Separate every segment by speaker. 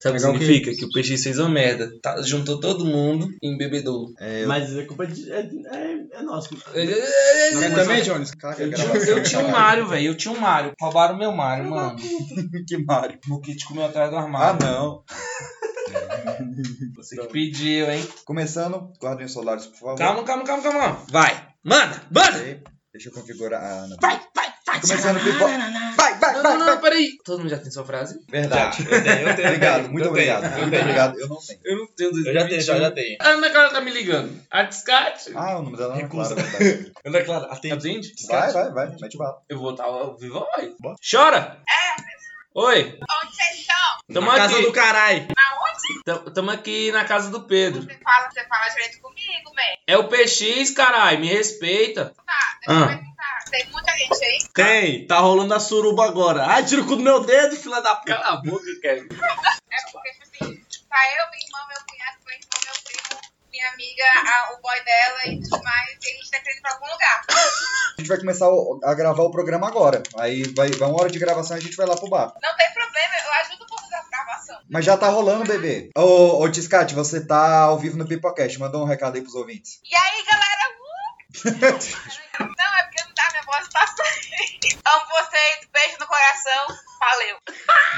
Speaker 1: Sabe o que
Speaker 2: Legal que-
Speaker 1: significa? Que... o peixe fez uma merda. Tá, juntou todo mundo e embebedou.
Speaker 2: É, eu...
Speaker 3: Mas a culpa de- é, é, é nossa.
Speaker 2: Você
Speaker 3: Não, mas-
Speaker 2: é também, Jones? Caraca,
Speaker 1: Eu tinha,
Speaker 2: gravação,
Speaker 1: eu tinha um
Speaker 2: caralho.
Speaker 1: Mario, velho. Eu tinha um Mario. Roubaram meu Mario, mano.
Speaker 2: que Mario.
Speaker 1: O Kit comeu atrás do
Speaker 2: Ah,
Speaker 1: armário.
Speaker 2: não.
Speaker 1: Você que pediu, hein?
Speaker 2: Começando, guardem os celulares, por favor.
Speaker 1: Calma, calma, calma, calma. Vai. Manda, manda.
Speaker 2: Ok, Deixa eu configurar a Ana.
Speaker 1: Vai, vai, vai.
Speaker 2: Começando pipo- Vai, vai,
Speaker 1: Não,
Speaker 2: vai,
Speaker 1: não,
Speaker 2: vai.
Speaker 1: não, peraí. Todo mundo já tem sua frase?
Speaker 2: Verdade.
Speaker 4: Eu tenho, eu tenho, eu
Speaker 2: Obrigado,
Speaker 4: tenho,
Speaker 2: muito
Speaker 4: eu tenho.
Speaker 2: obrigado. Muito obrigado. Eu não tenho.
Speaker 1: Eu não tenho.
Speaker 4: Eu já tenho, já, já tenho.
Speaker 1: Ana Clara tá me ligando. Artiscat?
Speaker 2: Ah, o nome dela não é
Speaker 4: Recusa.
Speaker 2: Clara. verdade.
Speaker 4: Ana Clara, atende.
Speaker 1: Atende?
Speaker 2: Vai, vai, vai. Mete bala.
Speaker 1: Eu vou estar ao vivo, oi.
Speaker 2: Bora.
Speaker 1: Chora! Oi!
Speaker 5: Onde vocês estão?
Speaker 1: Tamo
Speaker 4: Na casa
Speaker 1: aqui.
Speaker 4: do caralho.
Speaker 1: Tam- Tamo aqui na casa do Pedro.
Speaker 5: Você fala, você fala direito comigo, velho.
Speaker 1: É o PX, carai, me respeita.
Speaker 5: Tá, deixa
Speaker 4: Ah.
Speaker 5: eu perguntar. Tem muita gente aí?
Speaker 4: Tem, tá rolando a suruba agora. Ai, tira o cu do meu dedo, fila da puta.
Speaker 1: Cala a boca, Kevin.
Speaker 5: É porque, tipo assim, tá eu, minha irmã, meu cunhado, meu irmão, meu primo, minha amiga, a- o boy dela e tudo mais. E a gente tá querendo ir pra algum lugar.
Speaker 2: A gente vai começar o- a gravar o programa agora. Aí vai, vai uma hora de gravação e a gente vai lá pro bar.
Speaker 5: Não tem problema, eu ajudo o povo da gravação.
Speaker 2: Mas já tá rolando, bebê. Ô, ô Tiscate, você tá ao vivo no Pipocast. Mandou um recado aí pros ouvintes.
Speaker 5: E aí, galera? Uh! Não, é porque não dá, minha voz tá saindo. Amo vocês, beijo no coração. Valeu.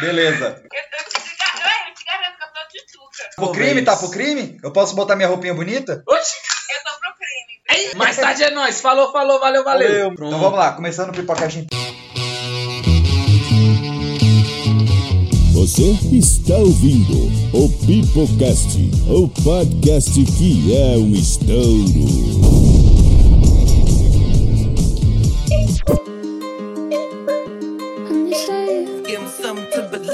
Speaker 2: Beleza.
Speaker 5: Eu, eu, te, gar- eu te garanto que eu tô tchuchuca.
Speaker 2: Pro crime, tá pro crime? Eu posso botar minha roupinha bonita?
Speaker 1: Oxi!
Speaker 5: Eu tô pro crime.
Speaker 1: Ei, Mais tarde é nóis. Falou, falou, valeu, valeu. Pronto.
Speaker 2: Então vamos lá, começando o Pipocast.
Speaker 6: Você está ouvindo o Pipocast, o podcast que é um estouro.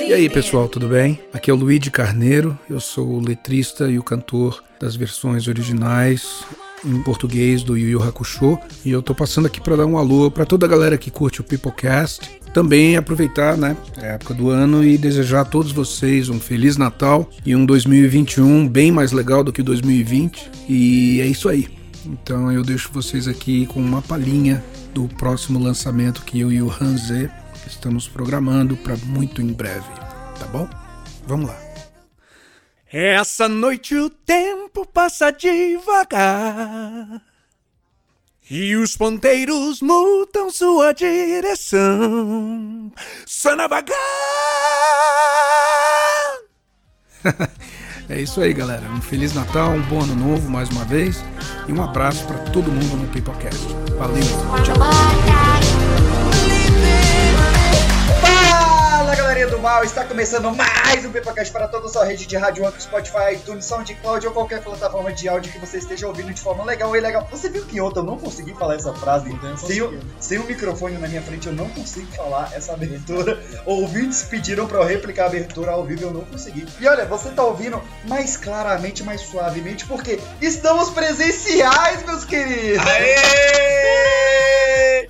Speaker 7: E aí pessoal, tudo bem? Aqui é o Luigi Carneiro, eu sou o letrista e o cantor das versões originais em português do Yu Yu Hakusho e eu tô passando aqui para dar um alô para toda a galera que curte o Peoplecast. Também aproveitar, né, a época do ano e desejar a todos vocês um feliz Natal e um 2021 bem mais legal do que o 2020 e é isso aí. Então eu deixo vocês aqui com uma palhinha do próximo lançamento que eu e o Hanze estamos programando para muito em breve, tá bom? Vamos lá. Essa noite o tempo passa devagar e os ponteiros mudam sua direção. Sanabagá! É isso aí, galera. Um feliz Natal, um bom ano novo mais uma vez e um abraço para todo mundo no Peoplecast. Valeu, tchau.
Speaker 2: Fala galerinha do mal, está começando mais um Pipocast para toda a sua rede de rádio, Anchor, Spotify, iTunes, SoundCloud ou qualquer plataforma de áudio que você esteja ouvindo de forma legal ou ilegal. Você viu que ontem eu não consegui falar essa frase? Sem o, sem o microfone na minha frente eu não consigo falar essa abertura. Ouvintes pediram para eu replicar a abertura ao vivo e eu não consegui. E olha, você tá ouvindo mais claramente, mais suavemente, porque estamos presenciais, meus queridos!
Speaker 4: Aê!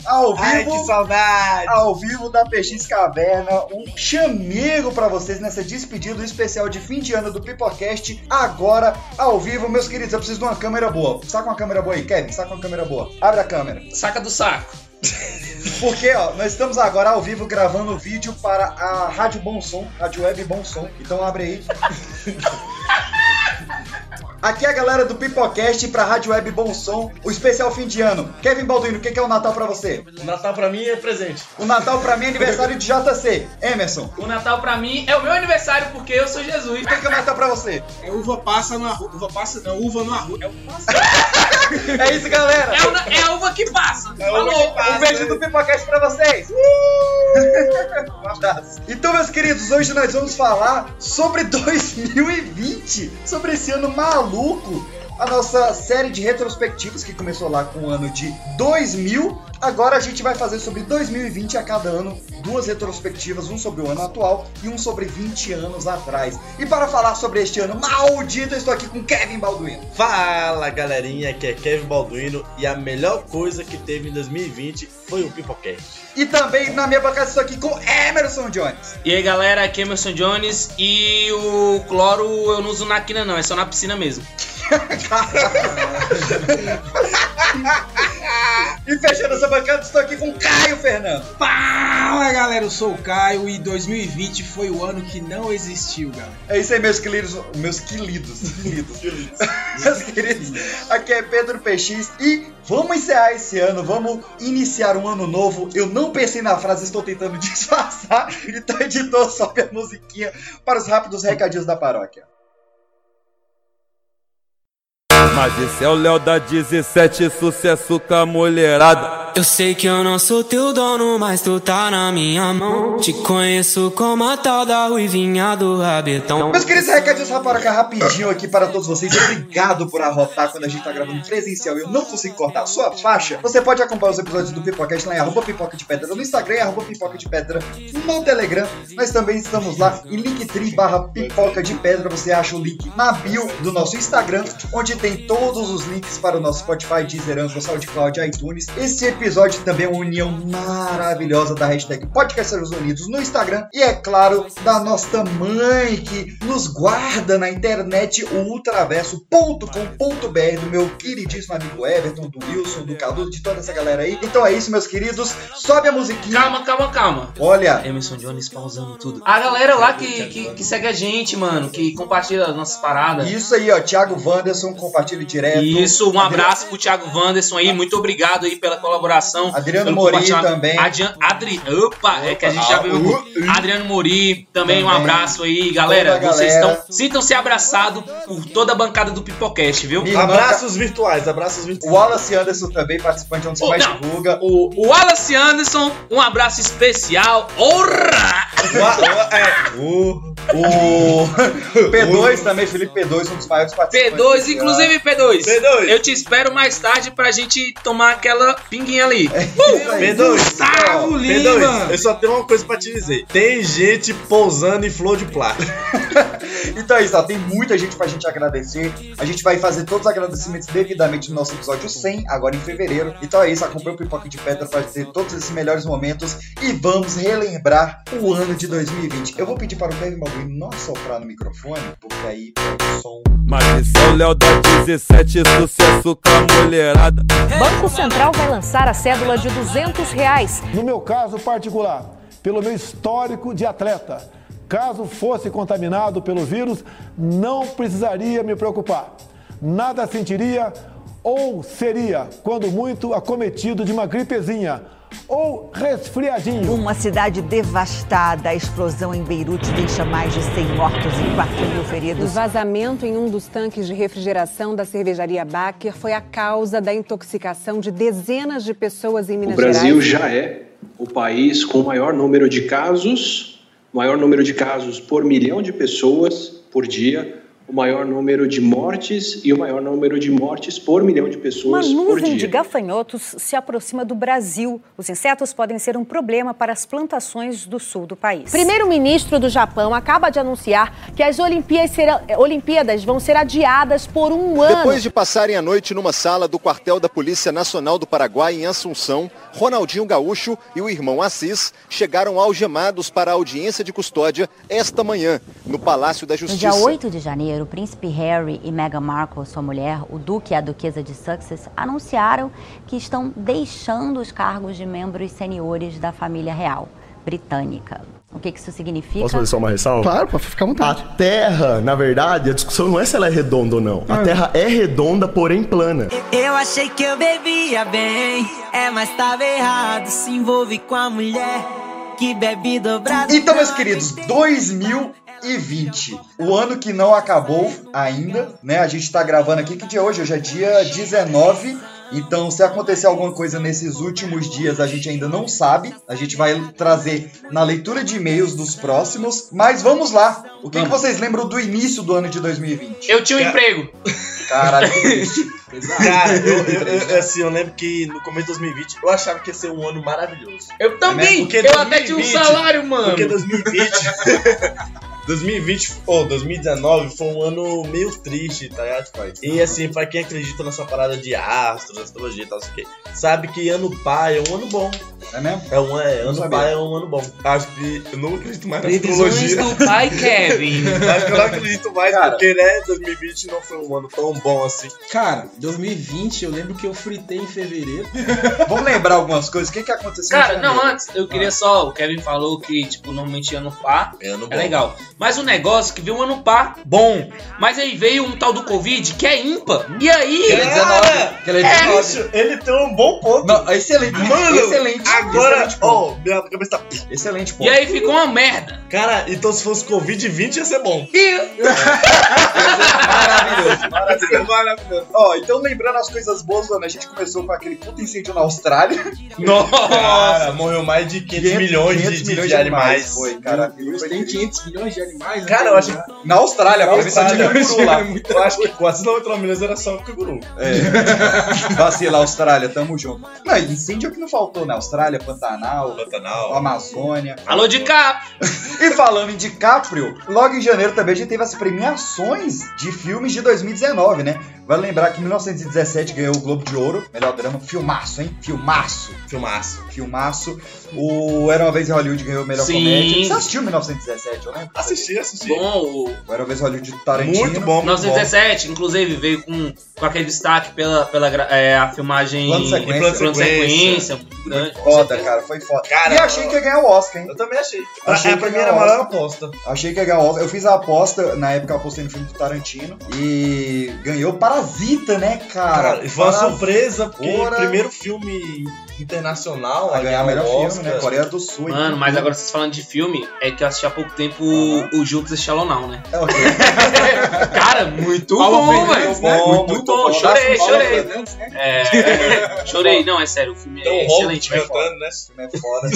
Speaker 2: Ao
Speaker 4: Ai,
Speaker 2: vivo!
Speaker 4: que saudade.
Speaker 2: ao vivo da PX Caverna, um chamego pra vocês nessa despedida especial de fim de ano do Pipocast, agora ao vivo, meus queridos, eu preciso de uma câmera boa. Saca uma câmera boa aí, Kevin, saca uma câmera boa. Abre a câmera.
Speaker 1: Saca do saco.
Speaker 2: Porque, ó, nós estamos agora ao vivo gravando vídeo para a Rádio Bom Som, Rádio Web Bom Som. Então abre aí. Aqui é a galera do Pipocast pra Rádio Web Bom Som, o especial fim de ano. Kevin Balduino, o que que é o Natal pra você?
Speaker 4: O Natal pra mim é presente.
Speaker 2: O Natal pra mim é aniversário de JC. Emerson,
Speaker 1: O Natal pra mim é o meu aniversário porque eu sou Jesus.
Speaker 2: O que, que é o Natal pra você?
Speaker 3: É uva passa no arroz. Uva passa não, uva no arroz. É uva passa.
Speaker 2: É isso, galera!
Speaker 1: É, o, na- é a uva que passa. Falou.
Speaker 2: Um beijo do Pipocast pra vocês! um abraço. Então, meus queridos, hoje nós vamos falar sobre 2020, sobre esse ano maluco. A nossa série de retrospectivas que começou lá com o ano de 2000. Agora a gente vai fazer sobre 2020 a cada ano, duas retrospectivas, um sobre o ano atual e um sobre 20 anos atrás. E para falar sobre este ano maldito, eu estou aqui com Kevin Balduino.
Speaker 4: Fala galerinha, aqui é Kevin Balduino e a melhor coisa que teve em 2020 foi o Pipocast.
Speaker 2: E também na minha bancada estou aqui com Emerson Jones.
Speaker 1: E aí, galera, aqui é Emerson Jones e o cloro eu não uso na quina não, é só na piscina mesmo.
Speaker 2: E fechando essa bancada, estou aqui com o Caio Fernando.
Speaker 3: Fala galera, eu sou o Caio e 2020 foi o ano que não existiu, galera.
Speaker 2: É isso aí, meus queridos. Meus queridos. queridos. meus queridos. Aqui é Pedro PX e vamos encerrar esse ano, vamos iniciar um ano novo. Eu não pensei na frase, estou tentando disfarçar. Então, editor, sobe a musiquinha para os rápidos recadinhos da paróquia.
Speaker 8: Mas esse é o Léo da 17, sucesso com a mulherada.
Speaker 9: Eu sei que eu não sou teu dono, mas tu tá na minha mão. Te conheço como a tal da ruivinha do
Speaker 10: Então,
Speaker 9: rabetão.
Speaker 2: Meus queridos recadinhos da paróquia, rapidinho aqui para todos vocês. Obrigado por arrotar quando a gente tá gravando presencial e eu não consigo cortar a sua faixa. Você pode acompanhar os episódios do Pipocast lá em arroba pipoca de pedra no Instagram, e arroba pipoca de pedra no Telegram. Nós também estamos lá em linktree barra pipoca de pedra. Você acha o link na bio do nosso Instagram, onde tem todos os links para o nosso Spotify, Deezer, Anchor, SoundCloud, iTunes. Este episódio também é uma união maravilhosa da hashtag Podcasters Unidos no Instagram e, é claro, da nossa mãe que nos guarda na internet, o ultraverso.com.br, do meu queridíssimo amigo Everton, do Wilson, do Cadu, de toda essa galera aí. Então é isso, meus queridos. Sobe a musiquinha.
Speaker 1: Calma, calma, calma.
Speaker 2: Olha,
Speaker 1: Emerson Jones pausando tudo. A galera lá que, que, que segue a gente, mano, que compartilha as nossas paradas.
Speaker 2: isso aí, ó. Thiago Wanderson, compartilha direto.
Speaker 1: Isso, um abraço pro Thiago Wanderson aí, muito obrigado aí pela colaboração.
Speaker 2: Adriano
Speaker 1: pelo
Speaker 2: Mori
Speaker 1: compartilhamento.
Speaker 2: também.
Speaker 1: Adian- Adri, opa, é que a gente já
Speaker 2: ah,
Speaker 1: viu.
Speaker 2: uh, uh.
Speaker 1: Adriano Mori, também, um
Speaker 2: Também.
Speaker 1: abraço aí, galera.
Speaker 2: Toda a
Speaker 1: Vocês
Speaker 2: galera.
Speaker 1: estão. Sintam-se abraçados por toda a bancada do Pipocast, viu?
Speaker 2: Minha irmã
Speaker 4: Abraços virtuais, abraços
Speaker 2: O
Speaker 4: virtuais.
Speaker 2: Wallace Anderson também, participante onde você
Speaker 1: Oh,
Speaker 2: mais
Speaker 1: não.
Speaker 2: divulga.
Speaker 1: O, o Wallace Anderson, um abraço especial. Orra!
Speaker 4: Uh,
Speaker 2: O P2 também, Felipe P2, um dos maiores participantes.
Speaker 1: P2, inclusive P2.
Speaker 4: P2.
Speaker 1: Eu te espero mais tarde pra gente tomar aquela pinguinha ali.
Speaker 2: É. Então,
Speaker 4: P2.
Speaker 3: Gustavo Lima!
Speaker 4: P2, eu só tenho uma coisa pra te dizer. Tem gente pousando em flor de plástico.
Speaker 2: Então é isso, ó, tem muita gente pra gente agradecer. A gente vai fazer todos os agradecimentos devidamente no nosso episódio 100, agora em fevereiro. Então é isso, acompanha o Pipoca de Pedra pra ter todos esses melhores momentos e vamos relembrar o ano de 2020. Eu vou pedir para o Kevin Balduino não assoprar no microfone, porque aí pega o som.
Speaker 8: Mas esse é o Léo da 17, sucesso com a mulherada.
Speaker 11: Banco Central vai lançar a cédula de 200 reais.
Speaker 12: No meu caso particular, pelo meu histórico de atleta, caso fosse contaminado pelo vírus, não precisaria me preocupar. Nada sentiria ou seria, quando muito, acometido de uma gripezinha ou resfriadinho.
Speaker 11: Uma cidade devastada. A explosão em Beirute deixa mais de 100 mortos e 4 mil feridos. O vazamento em um dos tanques de refrigeração da cervejaria Baker foi a causa da intoxicação de dezenas de pessoas em Minas Gerais.
Speaker 13: já é o país com o maior número de casos, maior número de casos por milhão de pessoas por dia, o maior número de mortes e o maior número de mortes por milhão de
Speaker 11: Uma
Speaker 13: pessoas por
Speaker 11: nuvem
Speaker 13: dia.
Speaker 11: de gafanhotos se aproxima do Brasil. Os insetos podem ser um problema para as plantações do sul do país.
Speaker 9: Primeiro-ministro do Japão acaba de anunciar que as Olimpíadas, serão- eh, Olimpíadas vão ser adiadas por um ano.
Speaker 13: Depois de passarem a noite numa sala do quartel da Polícia Nacional do Paraguai em Assunção, Ronaldinho Gaúcho e o irmão Assis chegaram algemados para a audiência de custódia esta manhã, no Palácio da Justiça.
Speaker 11: de janeiro, o príncipe Harry e Meghan Markle, sua mulher, o duque e a duquesa de Sussex, anunciaram que estão deixando os cargos de membros seniores da família real britânica. O que, que isso significa?
Speaker 13: só uma ressalva?
Speaker 12: Claro, pode ficar à
Speaker 13: A Terra, na verdade, a discussão não é se ela é redonda ou não. A Terra é redonda, porém plana.
Speaker 9: Eu achei que eu bebia bem, é, mas tava errado. Se envolve com a mulher que bebe dobrado.
Speaker 2: Então, meus queridos, 2020, o ano que não acabou ainda, né? A gente tá gravando aqui, que dia é hoje? Hoje é dia 19. Então, se acontecer alguma coisa nesses últimos dias, a gente ainda não sabe. A gente vai trazer na leitura de e-mails dos próximos. Mas vamos lá. O que, que
Speaker 1: Vamos.
Speaker 2: vocês lembram do início do ano de 2020?
Speaker 1: Eu tinha um emprego.
Speaker 2: Caralho, que triste.
Speaker 4: Cara, eu, eu- eu- assim, eu lembro que no começo de 2020 eu achava que ia ser um ano maravilhoso.
Speaker 1: Eu também.
Speaker 4: Porque
Speaker 1: eu até tinha um
Speaker 4: 2020,
Speaker 1: salário, mano.
Speaker 4: Porque 2020 2020 ou 2019 foi um ano meio triste, tá ligado? pai? E assim, pra quem acredita nessa parada de astros, astrologia e tal, não sei o quê, sabe que ano pai é um ano bom.
Speaker 2: É mesmo?
Speaker 4: É um, é, ano
Speaker 2: sabia.
Speaker 4: pai é um ano bom. Acho que eu não acredito mais na
Speaker 1: Previsões
Speaker 4: astrologia.
Speaker 1: do pai Kevin.
Speaker 4: Acho que eu não acredito mais
Speaker 2: Cara.
Speaker 4: porque, né, 2020 não foi um ano tão bom assim.
Speaker 3: Cara, 2020 eu lembro que eu fritei em fevereiro.
Speaker 2: Vamos lembrar algumas coisas. O que, que aconteceu? em
Speaker 1: Cara, não,
Speaker 2: janeiro?
Speaker 1: antes, eu
Speaker 3: Ah.
Speaker 1: queria só. O Kevin falou que, tipo, normalmente ano par
Speaker 4: É ano bom.
Speaker 1: é legal. Mas o negócio é que veio um ano par bom. Mas aí veio um tal do Covid que é ímpar. E aí.
Speaker 4: Cara,
Speaker 2: né? Aquela
Speaker 4: é
Speaker 2: episódio.
Speaker 4: isso, ele tem um bom ponto.
Speaker 2: Não, é excelente.
Speaker 4: Mano,
Speaker 2: excelente.
Speaker 4: Agora,
Speaker 2: excelente ponto.
Speaker 4: ó, minha cabeça tá
Speaker 2: Excelente ponto.
Speaker 1: E aí ficou uma merda.
Speaker 4: Cara, então se fosse Covid-20 ia ser bom.
Speaker 2: Maravilhoso, maravilhoso. maravilhoso. Ó, então lembrando as coisas boas, mano, a gente começou com aquele puta incêndio na Austrália.
Speaker 4: Cara, morreu mais de 500, milhões,
Speaker 2: 500
Speaker 4: de, de, de animais.
Speaker 2: Foi, cara.
Speaker 3: Deus,
Speaker 2: Foi
Speaker 3: tem
Speaker 2: incrível.
Speaker 3: 500 milhões de animais.
Speaker 4: Cara,
Speaker 3: né?
Speaker 4: eu acho-
Speaker 2: Na Austrália, pra ver se
Speaker 4: Austrália,
Speaker 2: tinha canguru lá.
Speaker 4: Eu acho que 490 milhões era só o canguru.
Speaker 2: É. Vacila, Austrália, tamo junto. Não, incêndio é o que não faltou na Austrália, Pantanal,
Speaker 4: Pantanal.
Speaker 2: Amazônia.
Speaker 1: Alô de cá.
Speaker 2: E falando em DiCaprio, logo em janeiro também a gente teve as premiações de filmes de 2019, né? Vale lembrar que em 1917 ganhou o Globo de Ouro, melhor drama, filmaço, hein? Filmaço,
Speaker 4: Filmaço.
Speaker 2: filmaço. O Era Uma Vez em Hollywood ganhou melhor
Speaker 1: Sim.
Speaker 2: comédia. Você assistiu 1917, eu lembro?
Speaker 4: Assisti, assisti.
Speaker 1: Bom, o
Speaker 2: O Era Uma Vez em Hollywood tá de Tarantino.
Speaker 4: Muito bom, muito bom.
Speaker 1: 1917, inclusive, veio com, com aquele destaque pela, pela gra- é, a filmagem.
Speaker 2: Plano sequência.
Speaker 1: plano sequência, muito grande. com
Speaker 2: Foda,
Speaker 1: certeza.
Speaker 2: cara, foi foda.
Speaker 4: Cara,
Speaker 2: e achei que ia ganhar o Oscar, hein?
Speaker 4: Eu também achei.
Speaker 2: Achei
Speaker 4: é a
Speaker 2: que
Speaker 4: primeira
Speaker 2: era
Speaker 4: maior
Speaker 2: ótimo.
Speaker 4: aposta.
Speaker 2: Achei que ia ganhar o Oscar. Eu fiz a aposta, na época eu apostei no filme do Tarantino. E ganhou Parasita, né, cara?
Speaker 4: Cara, e foi uma
Speaker 2: Parasita.
Speaker 4: surpresa, porque
Speaker 2: Ora.
Speaker 4: primeiro filme internacional
Speaker 2: A ganhar melhor
Speaker 4: o
Speaker 2: filme, né?
Speaker 4: Oscar.
Speaker 2: Coreia do Sul.
Speaker 1: Mano, mas agora vocês falando de filme, é que eu assisti há pouco tempo
Speaker 2: Aham.
Speaker 1: o, o Júpiter Shallow Now, né?
Speaker 2: É, ok.
Speaker 1: Cara, muito
Speaker 3: Paulo
Speaker 1: bom,
Speaker 3: Fernandes,
Speaker 1: velho.
Speaker 2: né?
Speaker 1: Muito,
Speaker 2: Muito
Speaker 1: bom.
Speaker 2: bom.
Speaker 1: Chorei,
Speaker 3: Paulo
Speaker 1: chorei.
Speaker 3: Fernandes, né?
Speaker 1: É, é, chorei. Não, é sério, o filme
Speaker 2: um
Speaker 4: Então,
Speaker 1: é
Speaker 4: o Hobbit
Speaker 1: excelente, velho.
Speaker 4: cantando, né?
Speaker 2: Esse filme é foda.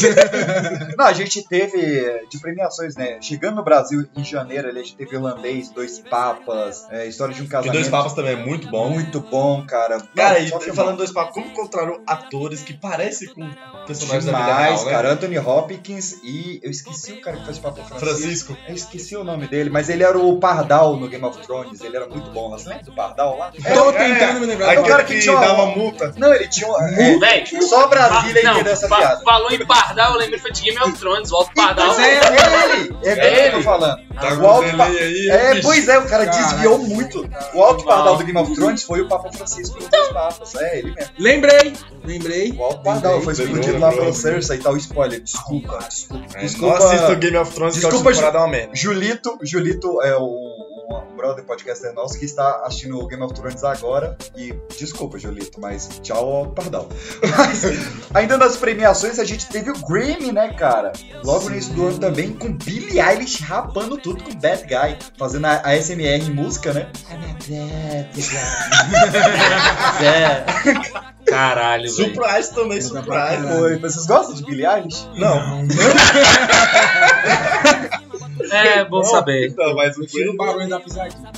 Speaker 2: né? Não, a gente teve eh, de premiações, né? Chegando no Brasil em janeiro, ali, a gente teve Irlandês, Dois Papas, é, História de um
Speaker 4: E
Speaker 2: Casamento.
Speaker 4: Dois Papas também é muito bom.
Speaker 2: Muito bom, cara.
Speaker 4: Cara,
Speaker 2: Não,
Speaker 4: e
Speaker 2: só filmão.
Speaker 4: falando dois papos, como encontraram atores que parecem com personagens da vida
Speaker 2: Demais,
Speaker 4: real, né?
Speaker 2: cara. Anthony Hopkins e. Eu esqueci o cara que faz o papel Francisco.
Speaker 4: Francisco.
Speaker 2: Eu esqueci o nome dele, mas ele era o Pardal no Game of Thrones. Ele era muito bom. Você lembra do Pardal lá?
Speaker 3: Tô tentando me lembrar.
Speaker 2: Aquele
Speaker 3: do
Speaker 2: cara
Speaker 3: nome.
Speaker 2: que tinha uma-
Speaker 4: multa.
Speaker 2: Não, ele tinha. um- é,
Speaker 1: Velho,
Speaker 2: só Brasília
Speaker 1: fa-
Speaker 2: entendeu essa
Speaker 1: fa-
Speaker 2: piada.
Speaker 1: Falou em Pardal, eu lembrei foi de Game of Thrones, volta Pardal.
Speaker 2: Mas é ele! É dele que eu tô
Speaker 1: ele.
Speaker 2: falando.
Speaker 4: Tá
Speaker 2: O
Speaker 4: com
Speaker 2: Alto Pa-
Speaker 4: delay aí,
Speaker 2: É,
Speaker 4: bicho.
Speaker 2: pois é, o cara
Speaker 3: Caraca.
Speaker 2: desviou muito. O alto pardal do Game of Thrones foi o Papa Francisco dos dois papas. É, ele mesmo.
Speaker 3: Lembrei, lembrei.
Speaker 2: O alto pardal foi
Speaker 4: Lembrou,
Speaker 2: explodido lá
Speaker 4: lembrou.
Speaker 2: pela Cersei e tal. Spoiler, desculpa, desculpa.
Speaker 4: É,
Speaker 2: Desculpa.
Speaker 4: Não assista o Game of Thrones,
Speaker 2: Desculpa,
Speaker 4: que a última temporada é uma merda.
Speaker 2: Julito, Julito é um, um brother podcaster nosso que está assistindo o Game of Thrones agora. E desculpa, Julito, mas tchau ao Pardal. Mas, ainda nas premiações, a gente teve o Grammy, né, cara? Logo no início do ano também, com Billie Eilish rapando tudo com Bad Guy, fazendo a, a SMR em música, né? I'm a bad guy. é,
Speaker 1: Caralho, velho.
Speaker 4: Surprise também,
Speaker 3: Tá pra
Speaker 4: surprise.
Speaker 3: caralho.
Speaker 2: foi. Vocês gostam de Billie Eilish?
Speaker 4: Não.
Speaker 1: É bom saber.
Speaker 4: Então, mas o
Speaker 3: Prefiro o
Speaker 4: filme.
Speaker 3: um barulho da pisadinha.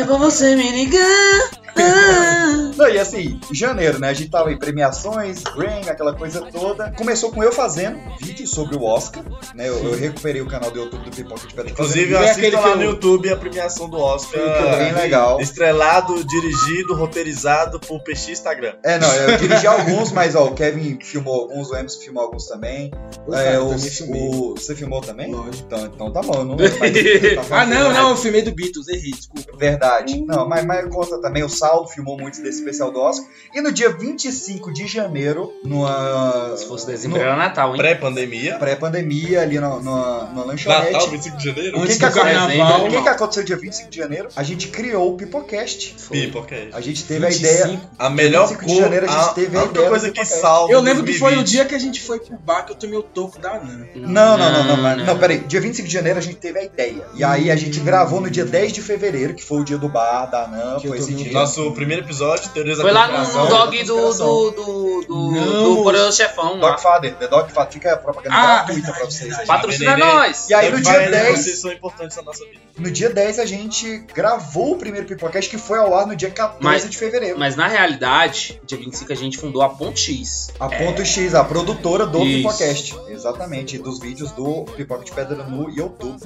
Speaker 1: É bom você me ligar. Ah.
Speaker 2: Não, e assim, janeiro, né? A gente tava em premiações, Grammy, aquela coisa toda. Começou com eu fazendo vídeo sobre o Oscar, né? Eu, eu recuperei o canal do YouTube do Pipoca de Pedra.
Speaker 4: Inclusive,
Speaker 2: fazendo
Speaker 4: eu
Speaker 2: vídeo.
Speaker 4: assisto lá
Speaker 2: Aquele
Speaker 4: no
Speaker 2: que eu-
Speaker 4: YouTube a premiação do Oscar.
Speaker 2: que é bem legal.
Speaker 4: Estrelado, dirigido, roteirizado por PX Instagram.
Speaker 2: É, não, eu dirigi alguns, mas ó, o Kevin filmou alguns, o Emerson filmou alguns também. É,
Speaker 3: eu
Speaker 2: o-
Speaker 3: também filmei.
Speaker 2: o- você filmou também?
Speaker 3: Lógico.
Speaker 2: Então, então tá bom, eu não lembro mais do que você tá
Speaker 3: Ah,
Speaker 2: falando.
Speaker 3: não, não, eu filmei do Beatles, errei, desculpa.
Speaker 2: Verdade. Não, mas, mas conta também, o Saulo filmou muito desse especial do Oscar. E no dia 25 de janeiro, numa.
Speaker 1: Se fosse dezembro, era Natal, hein?
Speaker 4: Pré-pandemia.
Speaker 2: pré-pandemia ali na, na, na lanchonete.
Speaker 4: Natal, 25 de janeiro.
Speaker 2: O que,
Speaker 3: Antes
Speaker 2: que,
Speaker 3: do carnaval.
Speaker 2: aconteceu, o que que aconteceu dia 25 de janeiro? A gente criou o Pipocast.
Speaker 4: Pipa, ok.
Speaker 2: A gente teve a
Speaker 3: 25.
Speaker 2: ideia.
Speaker 4: A melhor
Speaker 2: 25 de
Speaker 4: cor-
Speaker 2: janeiro a gente teve a
Speaker 4: única
Speaker 2: ideia
Speaker 4: coisa
Speaker 2: do
Speaker 4: que
Speaker 2: Pipocast.
Speaker 4: salva.
Speaker 3: Eu lembro que foi o
Speaker 4: 2020.
Speaker 3: dia que a gente foi pro bar que eu tomei o toco da Nana.
Speaker 2: Não, não, não, não, não, não, peraí. Dia 25 de janeiro a gente teve a ideia. E aí a gente gravou no dia 10 de fevereiro, que foi o dia do bar, da Anã,
Speaker 3: Que
Speaker 2: foi
Speaker 3: eu tô
Speaker 2: esse
Speaker 3: vendo.
Speaker 2: dia.
Speaker 4: Nosso primeiro episódio teorias da
Speaker 1: Foi lá
Speaker 4: conspiração.
Speaker 1: no dog do, do, do, do,
Speaker 2: Não.
Speaker 1: do Poderoso Chefão. lá.
Speaker 2: Dogfather, The Dogfather, fica a propaganda
Speaker 1: Ah,
Speaker 2: gratuita pra vocês. aí.
Speaker 1: patrocina nós!
Speaker 2: E aí no dia
Speaker 4: Dogfather,
Speaker 2: 10...
Speaker 4: Vocês são importantes na nossa vida.
Speaker 2: No dia 10 a gente gravou o primeiro Pipocast que foi ao ar no dia 14
Speaker 1: Mas-
Speaker 2: de fevereiro.
Speaker 1: Mas na realidade, dia 25 a gente fundou a Ponto X.
Speaker 2: A Ponto X, a produtora do
Speaker 1: Isso.
Speaker 2: Pipocast. Exatamente, dos vídeos do Pipoca de Pedra no YouTube.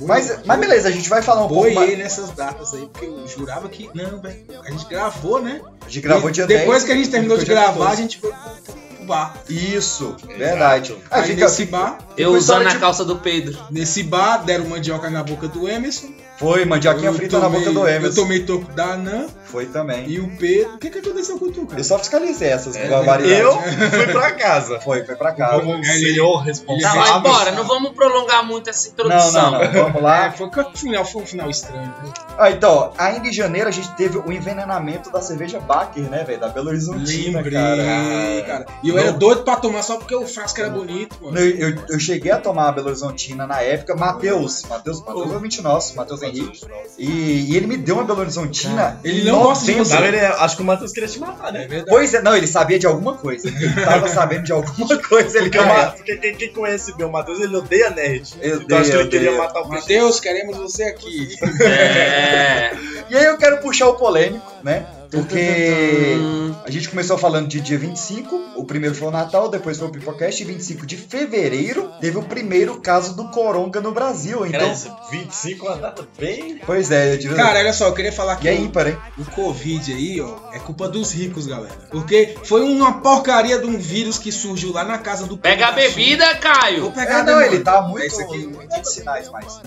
Speaker 2: Mas, mas beleza, a gente vai falar um pouco
Speaker 3: Foi
Speaker 2: mais.
Speaker 3: ele né? nessas datas aí, porque eu jurava que. Não, velho. A gente gravou, né?
Speaker 2: A gente gravou
Speaker 3: E
Speaker 2: dia 10.
Speaker 3: Depois que a gente terminou de
Speaker 2: ficou dia
Speaker 3: gravar, a
Speaker 2: 14.
Speaker 3: gente foi pro pro bar.
Speaker 2: Isso, verdade.
Speaker 3: Aí,
Speaker 2: Aí fica- assim,
Speaker 3: nesse bar.
Speaker 1: Eu
Speaker 3: foi
Speaker 1: usando
Speaker 3: história
Speaker 1: a
Speaker 3: de-
Speaker 1: calça do Pedro.
Speaker 3: Nesse bar, deram mandioca na boca do Emerson.
Speaker 2: Foi, mandioquinha
Speaker 3: Eu
Speaker 2: frita na boca
Speaker 3: tomei-
Speaker 2: do Emerson.
Speaker 3: Eu tomei toco da Anã
Speaker 2: Foi também.
Speaker 3: e o Pedro. O que, que aconteceu com o Tuca?
Speaker 2: Eu só fiscalizei essas
Speaker 3: É,
Speaker 2: barbaridades.
Speaker 4: Eu fui pra casa.
Speaker 2: Foi, foi pra cá.
Speaker 4: Como um senhor
Speaker 1: Tá, mas
Speaker 4: responsável.
Speaker 1: bora, não vamos prolongar muito essa
Speaker 2: Não,
Speaker 1: introdução.
Speaker 2: não, não, vamos lá.
Speaker 3: É, foi, que o final, foi um final estranho. né?
Speaker 2: Ah, então, ainda em janeiro a gente teve o envenenamento da cerveja Baker, né, velho? Da Belo Horizontina,
Speaker 3: Lembrei,
Speaker 2: cara.
Speaker 3: cara. E eu era doido pra tomar só porque o frasco era bonito, mano.
Speaker 2: Eu, eu- eu cheguei a tomar a Belo Horizontina na época, Matheus, Matheus, Matheus é um ouvinte nosso, Matheus Henrique, e, e ele me deu uma Belo Horizontina.
Speaker 3: Ele não gosta de
Speaker 4: Sabe,
Speaker 2: 90.
Speaker 4: ele- acho que o Matheus queria te matar,
Speaker 3: É
Speaker 4: né?
Speaker 3: verdade.
Speaker 2: Pois é, não, ele sabia de alguma coisa, ele tava sabendo de alguma coisa, ele
Speaker 4: Porque o Ma-
Speaker 2: queria.
Speaker 4: porque quem, quem conhece bem o Matheus, ele odeia nerd.
Speaker 2: Eu
Speaker 4: então acho que
Speaker 2: odeio,
Speaker 4: ele queria
Speaker 2: odeio.
Speaker 4: matar o bicho.
Speaker 3: Matheus, queremos você aqui.
Speaker 1: É.
Speaker 2: E aí eu quero puxar o polêmico, né, porque
Speaker 1: Hum,
Speaker 2: a gente começou falando de dia 25, o primeiro foi o Natal, depois foi o Pipocast, e 25 de fevereiro teve o primeiro caso do Coronga no Brasil,
Speaker 4: Cara,
Speaker 2: então...
Speaker 4: esse 25 é uma data bem.
Speaker 2: Pois é, eu diria...
Speaker 3: Cara, tá olha só, eu queria falar que
Speaker 2: e é ímpar, hein?
Speaker 3: o Covid aí, ó, é culpa dos ricos, galera. Porque foi uma porcaria de um vírus que surgiu lá na casa do povo
Speaker 1: Pega a
Speaker 3: da China.
Speaker 1: bebida, Caio!
Speaker 3: Vou pegar
Speaker 2: É,
Speaker 3: a
Speaker 2: não,
Speaker 3: bebida.
Speaker 2: ele tá
Speaker 3: É
Speaker 2: muito,
Speaker 3: isso aqui.
Speaker 2: muitos sinais, mas...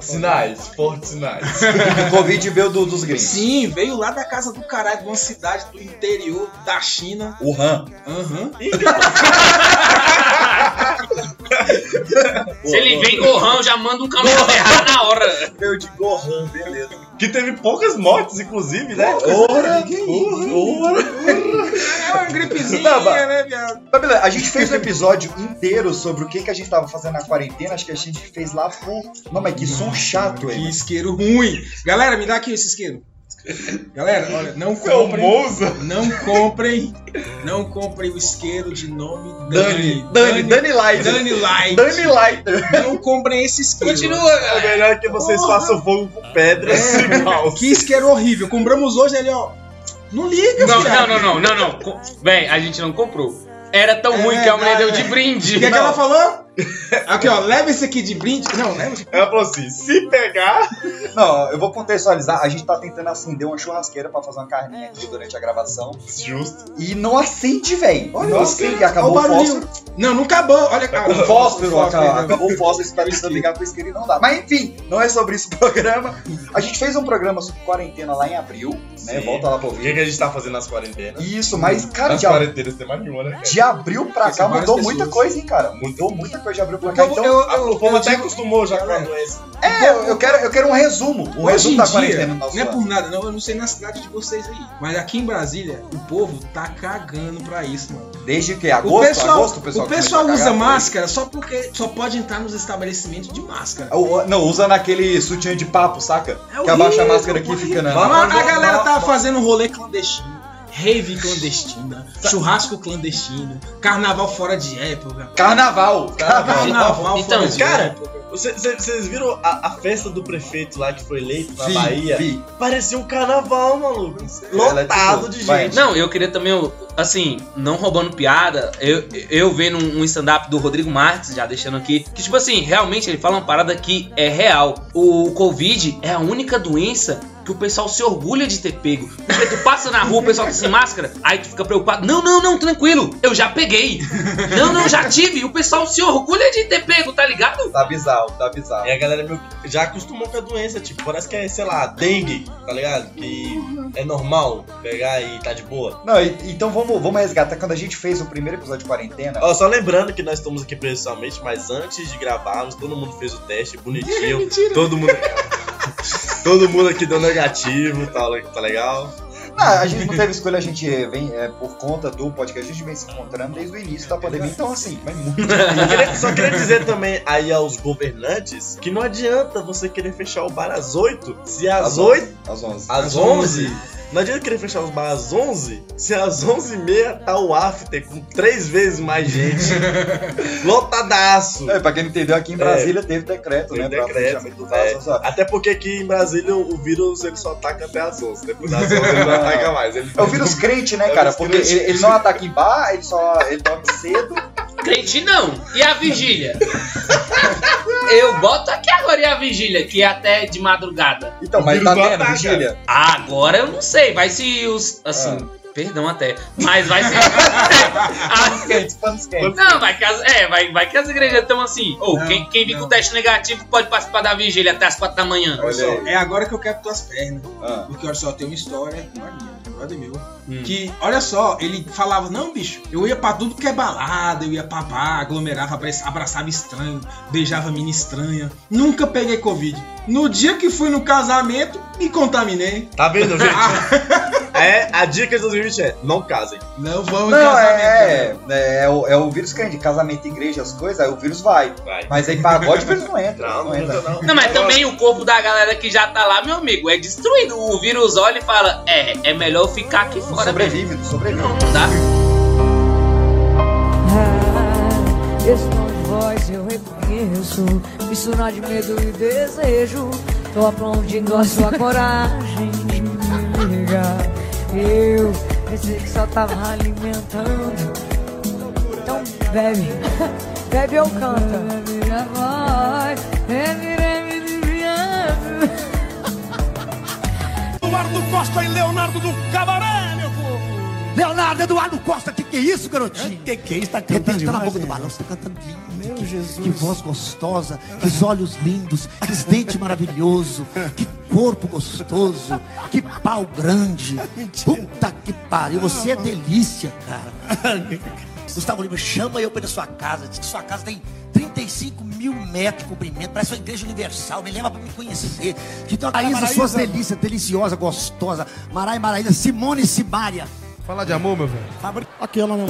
Speaker 4: Sinais, fortes sinais.
Speaker 2: O Covid veio do- dos gringos.
Speaker 3: Sim, veio lá da casa do caralho, de uma cidade do interior da China.
Speaker 2: Wuhan.
Speaker 3: Aham.
Speaker 1: Se ele vem gorrão, já manda um caminhão errar na hora.
Speaker 2: Veio de Gohan, beleza.
Speaker 4: que teve poucas mortes, inclusive, né?
Speaker 2: Ora,
Speaker 3: É uma gripezinha,
Speaker 2: Não, ba-
Speaker 3: né, viado?
Speaker 2: ora. A gente fez um episódio inteiro sobre o que, que a gente tava fazendo na quarentena. Acho que a gente fez lá por. Não, mas que som chato,
Speaker 3: Que
Speaker 2: hein?
Speaker 3: isqueiro ruim. Galera, me dá aqui esse isqueiro. Galera, olha, não
Speaker 4: Seu
Speaker 3: comprem.
Speaker 4: É Monza.
Speaker 3: Não comprem. Não comprem o isqueiro de nome
Speaker 2: Dani,
Speaker 3: Dani.
Speaker 2: Dani, Dani Lighter.
Speaker 3: Dani Light.
Speaker 2: Dani Lighter.
Speaker 3: Não comprem esse isqueiro.
Speaker 4: É melhor que vocês façam fogo com assim, pedras e
Speaker 3: É,
Speaker 4: caos.
Speaker 3: que isqueiro horrível. Compramos hoje ele, ó. Não liga,
Speaker 1: Não,
Speaker 3: viado.
Speaker 1: não, não, não, não, não. Co- Véi, a gente não comprou. Era tão
Speaker 3: É
Speaker 1: ruim que a mulher deu
Speaker 3: verdade,
Speaker 1: de
Speaker 3: é.
Speaker 1: brinde.
Speaker 3: O que, é que
Speaker 1: Não.
Speaker 3: ela falou? Aqui, ó, leva esse aqui de brinde. Não, né? leva esse
Speaker 4: Ela falou assim: se pegar.
Speaker 2: Não, eu vou contextualizar. A gente tá tentando acender uma churrasqueira pra fazer uma carninha
Speaker 3: É.
Speaker 2: aqui durante a gravação.
Speaker 4: Justo.
Speaker 2: E não acende, velho.
Speaker 3: Olha
Speaker 2: Não
Speaker 3: isso,
Speaker 2: acende.
Speaker 3: cara.
Speaker 2: Acabou o
Speaker 3: Olha o barulho.
Speaker 2: fósforo.
Speaker 3: Não, não acabou. Olha, cara.
Speaker 2: O fósforo, acabou,
Speaker 3: né?
Speaker 2: acabou o fósforo, você tá tentando ligar pro isqueiro e não dá. Mas enfim, não é sobre isso o programa. A gente fez um programa sobre quarentena lá em abril,
Speaker 4: Sim.
Speaker 2: né? Volta lá pra
Speaker 4: O que,
Speaker 2: ouvir.
Speaker 4: que a gente tá fazendo nas quarentenas?
Speaker 2: Isso, mas, cara,
Speaker 4: Nas
Speaker 2: de, ab-
Speaker 4: quarentenas tem mais nenhuma, né? cara?
Speaker 2: de abril pra
Speaker 3: São
Speaker 2: cá
Speaker 3: várias
Speaker 2: mudou
Speaker 3: pessoas.
Speaker 2: muita coisa, hein, cara? Mudou muita coisa de abril pra cá.
Speaker 3: Eu,
Speaker 2: Então,
Speaker 3: eu,
Speaker 4: Ah,
Speaker 3: eu,
Speaker 4: o povo
Speaker 3: eu
Speaker 4: até
Speaker 3: digo-
Speaker 2: um
Speaker 4: acostumou já com a
Speaker 3: Galera,
Speaker 4: doença.
Speaker 2: é, eu- eu quero, eu quero um resumo. Um
Speaker 3: Hoje
Speaker 2: resumo
Speaker 3: em
Speaker 2: da
Speaker 3: dia,
Speaker 2: quarentena no nosso
Speaker 3: não é
Speaker 2: lado.
Speaker 3: por nada, não. Eu não sei na cidade de vocês aí. Mas aqui em Brasília, o povo tá cagando pra isso, mano.
Speaker 2: Desde que? Agosto? agosto, o pessoal,
Speaker 3: o
Speaker 2: começa
Speaker 3: pessoal
Speaker 2: a cagar,
Speaker 3: usa
Speaker 2: foi.
Speaker 3: máscara só porque só pode entrar nos estabelecimentos de máscara.
Speaker 2: O- Não, usa naquele sutiã de papo, saca?
Speaker 3: É
Speaker 2: que abaixa a
Speaker 3: horrível,
Speaker 2: máscara aqui e
Speaker 3: horrível.
Speaker 2: fica né? na.
Speaker 3: Mas a
Speaker 2: Vamos-
Speaker 3: galera tá
Speaker 2: vamos-
Speaker 3: fazendo rolê clandestino, rave clandestina,
Speaker 2: Tá.
Speaker 3: churrasco clandestino, carnaval fora de época.
Speaker 2: Carnaval! Carnaval!
Speaker 3: Carnaval
Speaker 1: Então,
Speaker 3: fora de
Speaker 4: cara,
Speaker 3: época.
Speaker 4: Vocês viram a, a festa do prefeito lá que foi eleito na
Speaker 2: Vi,
Speaker 4: Bahia?
Speaker 2: vi.
Speaker 4: Parecia um carnaval, maluco.
Speaker 2: Ela é
Speaker 4: Lotado
Speaker 2: tipo-
Speaker 4: de
Speaker 2: vai.
Speaker 4: gente.
Speaker 1: Não, eu queria também, eu- assim, não roubando piada, eu, eu vendo um um stand-up do Rodrigo Marques, já deixando aqui, que tipo assim, realmente ele fala uma parada que é real. O Covid é a única doença que o pessoal se orgulha de ter pego. Porque tu passa na rua, o pessoal tá sem máscara, aí tu fica preocupado. Não, não, não, tranquilo, eu já peguei. Não, não, já tive. O pessoal se orgulha de ter pego, tá ligado?
Speaker 2: Tá bizarro, tá bizarro.
Speaker 4: E É, a galera meio que já acostumou com a doença, tipo, parece que é, sei lá, dengue, tá ligado? Que é normal pegar e tá de boa.
Speaker 2: Não, e- então vamos, vamos resgatar. Quando a gente fez o primeiro episódio de quarentena,
Speaker 4: Ó, só lembrando que nós estamos aqui presencialmente, mas antes de gravarmos, todo mundo fez o teste bonitinho. todo mundo. todo mundo aqui deu negativo, tá, tá legal?
Speaker 2: não, a gente não teve escolha, a gente vem é, por conta do podcast, a gente vem se encontrando desde o início da
Speaker 4: É
Speaker 2: pandemia, então assim, mas muito.
Speaker 4: Só queria, só queria dizer também aí aos governantes que não adianta você querer fechar o bar às 8 se às
Speaker 2: Às
Speaker 4: 8,
Speaker 2: Às 11.
Speaker 4: às 11, Não adianta querer fechar os bares às 11, se às 11h30 tá o after com três vezes mais gente. Lotadaço.
Speaker 2: É, pra quem não entendeu, aqui em Brasília teve decreto,
Speaker 4: Teve
Speaker 2: né? pra
Speaker 4: decreto,
Speaker 2: fechamento dos
Speaker 4: é.
Speaker 2: bares, só-
Speaker 4: Até porque aqui em Brasília o vírus ele só ataca até às 11. Depois das 11 ele não ataca mais. Ele...
Speaker 2: É o vírus crente, né,
Speaker 4: É o
Speaker 2: cara?
Speaker 4: vírus
Speaker 2: Porque
Speaker 4: crente.
Speaker 2: ele, ele não ataca em bar, ele só ele dorme cedo.
Speaker 1: Crente não. E a vigília? Eu boto aqui agora e a vigília, que é até de madrugada.
Speaker 2: Então, mas tá tendo vigília?
Speaker 1: Agora eu não sei, vai se os. Assim,
Speaker 3: Ah.
Speaker 1: perdão até. Mas vai se. não, vai que, as, é, vai, vai que as igrejas estão assim. Ou quem, quem vir com teste negativo pode participar da vigília até as 4 da manhã.
Speaker 3: Olha só, é agora que eu quero tuas pernas.
Speaker 2: Ah.
Speaker 3: Porque olha só, tem uma história com o Admir, com o Admir,
Speaker 4: Hum.
Speaker 3: Que, olha só, ele falava, não, bicho, eu ia pra tudo que é balada, eu ia pra bar, aglomerava, abra- abraçava estranho, beijava mina estranha. Nunca peguei Covid. No dia que fui no casamento, me contaminei.
Speaker 4: Tá vendo, gente? é, a dica de 2020 é: não casem.
Speaker 3: Não vamos em
Speaker 2: Não,
Speaker 3: casamento.
Speaker 2: é,
Speaker 3: né?
Speaker 2: é, é o, é o vírus crente, casamento, igreja, as coisas, aí o vírus vai. Mas aí pagode o vírus não entra. Não, entra.
Speaker 1: Não, mas também o corpo da galera que já tá lá, meu amigo, é destruído. O vírus olha e fala: é, é melhor eu ficar aqui fora.
Speaker 2: Sobrevive, sobrevive.
Speaker 1: Não, não dá.
Speaker 14: Ah, Esse tom de voz eu reconheço Misturado de medo e desejo Tô aplaudindo a sua coragem de me ligar Eu pensei que só tava alimentando Então bebe, bebe ou canta Bebe a voz, bebe, bebe, bebe
Speaker 15: Eduardo Costa e Leonardo do Cabaré, meu povo! Leonardo, Eduardo Costa, que que é isso, garotinho? Que que é isso? Tá cantando na boca do balão, você tá cantando lindo. Meu Jesus. Que voz gostosa, que olhos lindos, que dente maravilhoso, que corpo gostoso, que pau grande. Puta que pariu, você é delícia, cara. Gustavo Lima, chama eu pra ir na sua casa, diz que sua casa tem 35 mil metros de comprimento, parece uma igreja universal, me leva pra me conhecer. Que tem uma
Speaker 14: Maísa, suas
Speaker 15: delícias, deliciosa, gostosa, Marai Maraíza, Simone e Simária.
Speaker 16: Falar de amor, meu velho.
Speaker 15: Aqui, ela não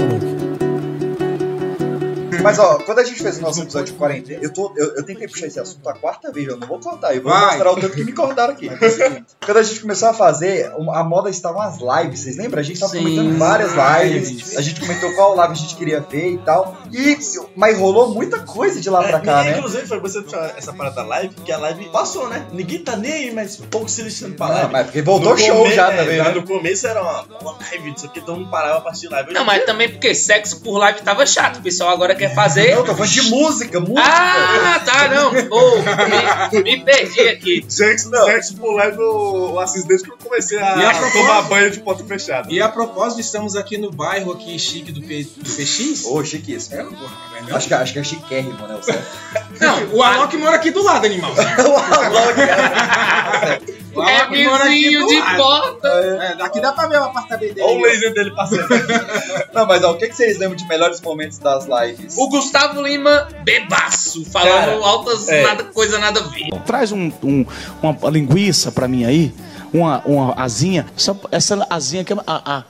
Speaker 2: Mas ó, quando a gente fez o nosso episódio de quarentena, eu, tô, eu, eu tentei puxar esse assunto a quarta vez, eu não vou cortar, eu vou
Speaker 3: Vai.
Speaker 2: mostrar o tanto que me cortaram aqui. Mas é o seguinte, Quando a gente começou a fazer, um- a moda estavam as lives, vocês lembram? A gente tava
Speaker 3: Sim,
Speaker 2: comentando várias
Speaker 3: lives.
Speaker 2: lives, a gente comentou qual live a gente queria ver e tal, e, mas rolou muita coisa de lá pra cá,
Speaker 4: e,
Speaker 3: É,
Speaker 2: né?
Speaker 4: Inclusive, foi você puxar essa parada da live, que a live passou, né? Ninguém tá nem aí, mas pouco se lixando pra
Speaker 2: Não,
Speaker 4: live.
Speaker 2: Ah, mas porque voltou show já também,
Speaker 4: é,
Speaker 2: né?
Speaker 4: No começo era uma, uma live disso aqui, então não parava pra assistir live.
Speaker 1: Não, mas também porque sexo por live tava chato. O pessoal agora quer fazer.
Speaker 2: Não, tô falando de música, música.
Speaker 1: Ah, tá, não. Pô, me, me perdi aqui.
Speaker 4: Sexo, sexo por live eu eu assisto desde que eu comecei a,
Speaker 3: E a propósito-
Speaker 4: tomar banho de porta fechada.
Speaker 3: E a propósito, estamos aqui no bairro aqui chique do, P, do PX.
Speaker 2: Ô, chiquíssimo.
Speaker 3: É, porra,
Speaker 2: Acho que, acho que é chiquérrimo, né? o certo?
Speaker 3: Não, o Alok mora aqui do lado, animal. o Alok
Speaker 1: É
Speaker 3: mora aqui
Speaker 1: vizinho
Speaker 3: do
Speaker 1: de
Speaker 3: lado.
Speaker 1: porta.
Speaker 3: É, daqui dá pra ver o apartamento dele.
Speaker 2: Olha o laser dele passando. Não, mas ó, o que, que vocês lembram de melhores momentos das lives?
Speaker 1: O Gustavo Lima, bebaço, falando
Speaker 2: Cara,
Speaker 1: altas
Speaker 2: é.
Speaker 1: nada, coisa nada a ver.
Speaker 17: Traz um, um- uma linguiça pra mim aí, uma, uma asinha. Só essa asinha que é. A, a-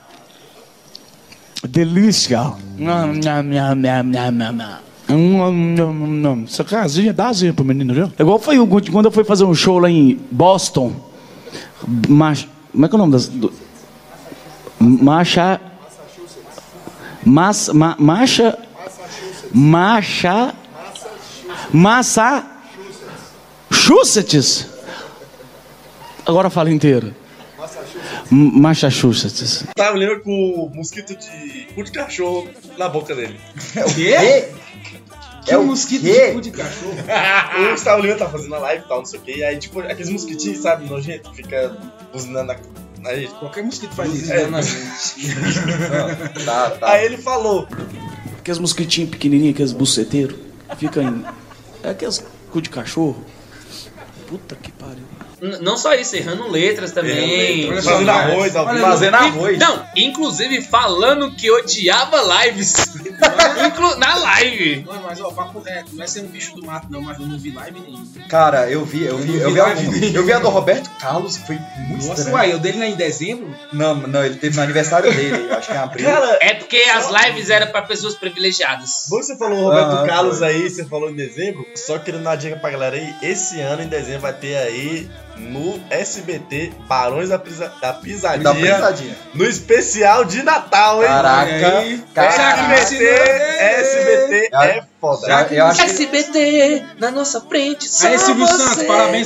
Speaker 17: Delícia! Nham, nham, nham, nham, nham, nham, nham. Nham, nham, nham. Essa casinha dá asinha pro menino, viu? É Igual foi o- quando eu fui fazer um show lá em Boston. Mach, como é que é o nome das. Do, Macha. Mas, ma, macha. Macha. Massa. Massachusetts. Agora fala inteiro. M- Massachusetts.
Speaker 4: Tava lembra com o mosquito de cu de cachorro na boca dele.
Speaker 2: O quê? É
Speaker 3: Que mosquito de cu de cachorro?
Speaker 4: o Gustavo Lima tá fazendo a live e tal, não sei o que. E aí, tipo, aqueles mosquitinhos, sabe, nojento, fica buzinando na, na gente.
Speaker 3: Qualquer mosquito faz isso.
Speaker 4: É.
Speaker 3: na gente.
Speaker 2: tá, tá.
Speaker 4: Aí ele falou.
Speaker 17: Aqueles mosquitinhos pequenininhos, aqueles buceteiros, fica em. É aqueles cu de cachorro. Puta que pariu.
Speaker 1: N- Não só isso, errando letras também.
Speaker 17: Errando letras. Fazendo arroz, Alvin. Fazendo arroz.
Speaker 1: Não, inclusive falando que odiava lives. Inclu- na live.
Speaker 3: Mano, mas ó, papo reto, não é ser um bicho do mato, não, mas eu não vi live nenhuma.
Speaker 2: Cara, eu vi, eu vi, eu vi, algumas. eu vi a do Roberto Carlos, que foi muito
Speaker 3: Nossa,
Speaker 2: estranha.
Speaker 3: uai, eu dele lá em dezembro?
Speaker 2: Não, não, ele teve no aniversário dele, acho que em abril.
Speaker 1: é porque as lives eram pra pessoas privilegiadas.
Speaker 4: Bom que você falou o Roberto
Speaker 2: Ah,
Speaker 4: Carlos
Speaker 2: foi.
Speaker 4: aí, você falou em dezembro. Só querendo dar uma dica pra galera aí, esse ano em dezembro vai ter aí no SBT Barões da, Pisa- da Pisadinha.
Speaker 2: Da pisadinha.
Speaker 4: No especial de Natal, hein?
Speaker 2: Caraca,
Speaker 4: Olha aí.
Speaker 2: caraca.
Speaker 4: SBT, SBT é foda.
Speaker 2: Eu acho que-
Speaker 1: SBT na nossa frente. Só você.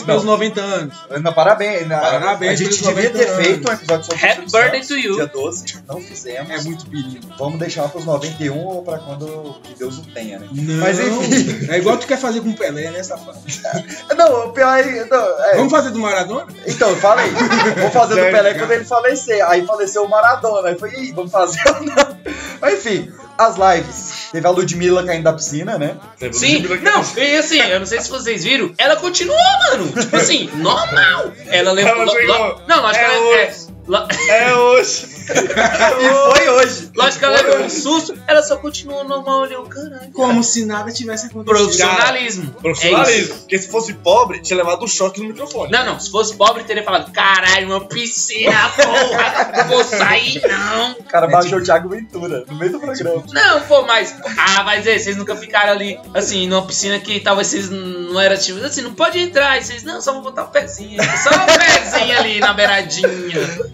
Speaker 2: pelos 90 anos. Não, parabéns. na-
Speaker 1: Parabéns
Speaker 2: A gente
Speaker 1: pelos
Speaker 2: devia
Speaker 1: 90
Speaker 2: ter
Speaker 1: anos.
Speaker 2: feito um episódio sobre
Speaker 1: Happy
Speaker 2: Silvio
Speaker 1: birthday
Speaker 2: Santos,
Speaker 1: to you.
Speaker 2: Dia 12, não fizemos. É muito perigo. Vamos deixar pros 91 ou pra quando que Deus o tenha, né?
Speaker 3: Não.
Speaker 2: Mas enfim.
Speaker 3: É igual tu quer fazer com o Pelé, né, safado?
Speaker 2: Não, o pior é. não, é.
Speaker 3: Vamos fazer do Maradona?
Speaker 2: Então, falei. Vou fazer do
Speaker 3: Sério,
Speaker 2: Pelé
Speaker 3: cara?
Speaker 2: quando ele falecer. Aí faleceu o Maradona. Aí foi, Ih, vamos fazer ou não? Mas, enfim, as lives. Teve a Ludmilla caindo da piscina, né?
Speaker 1: Sim, não, e assim, eu não sei se vocês viram, ela continuou, mano. Tipo assim, normal. Ela
Speaker 4: Ela
Speaker 1: levou. lo-
Speaker 4: chegou.
Speaker 1: lo- não, lógico
Speaker 4: É
Speaker 1: que ela. É, lo-
Speaker 4: É hoje.
Speaker 1: É
Speaker 2: e foi hoje.
Speaker 1: Lógico
Speaker 4: É
Speaker 1: que ela levou um susto, ela só continuou normal ali, o caralho.
Speaker 3: Como se nada tivesse acontecido.
Speaker 1: Profissionalismo. É
Speaker 4: Profissionalismo.
Speaker 1: isso.
Speaker 4: porque se fosse pobre, tinha levado um choque no microfone.
Speaker 1: Não, não, se fosse pobre, teria falado: caralho, uma piscina, porra, não vou sair, não.
Speaker 2: O cara baixou o Thiago Ventura no meio do programa.
Speaker 1: Não, pô, mas. Ah, vai dizer, vocês nunca ficaram ali, assim, numa piscina que talvez vocês n- não eram ativos. Assim, não pode entrar. E vocês, não, só vou botar o pezinho. Só o pezinho ali na beiradinha.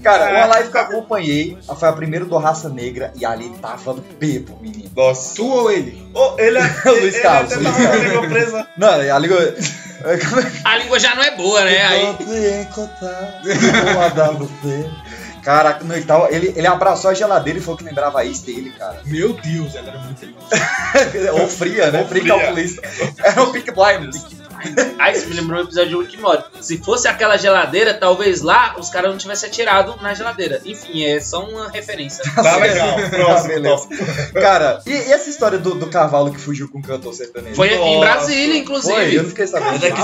Speaker 2: Cara, uma live que eu acompanhei foi a primeira do Raça Negra e ali tava bebo, menino.
Speaker 4: Nossa.
Speaker 2: Tu ou ele?
Speaker 4: Ô, ele é.
Speaker 2: O Luiz Carlos.
Speaker 4: Ele né? até tava com a língua presa.
Speaker 2: Não, é a língua.
Speaker 1: A língua já não é boa, né? Aí.
Speaker 2: Poder encontrar, vou mandar você. Caraca, no tal, ele, ele abraçou a geladeira e falou que lembrava a ex dele, cara.
Speaker 3: Meu Deus, ela era muito
Speaker 2: Tá
Speaker 3: legal.
Speaker 2: Ou fria, né?
Speaker 1: Ou
Speaker 2: Fria
Speaker 1: fria.
Speaker 2: calculista. Era o Pink Blind.
Speaker 1: Aí isso me lembrou o episódio de Rick and Morty. Se fosse aquela geladeira, talvez lá os caras não tivessem atirado na geladeira. Enfim, é só uma referência.
Speaker 2: Tá legal. Tá, beleza. Cara, e, e essa história do, do cavalo que fugiu com o cantor sertanejo?
Speaker 1: Foi aqui em
Speaker 2: Nossa.
Speaker 1: Brasília, inclusive. É
Speaker 2: Foi, eu não é fiquei sabendo.
Speaker 1: Cara,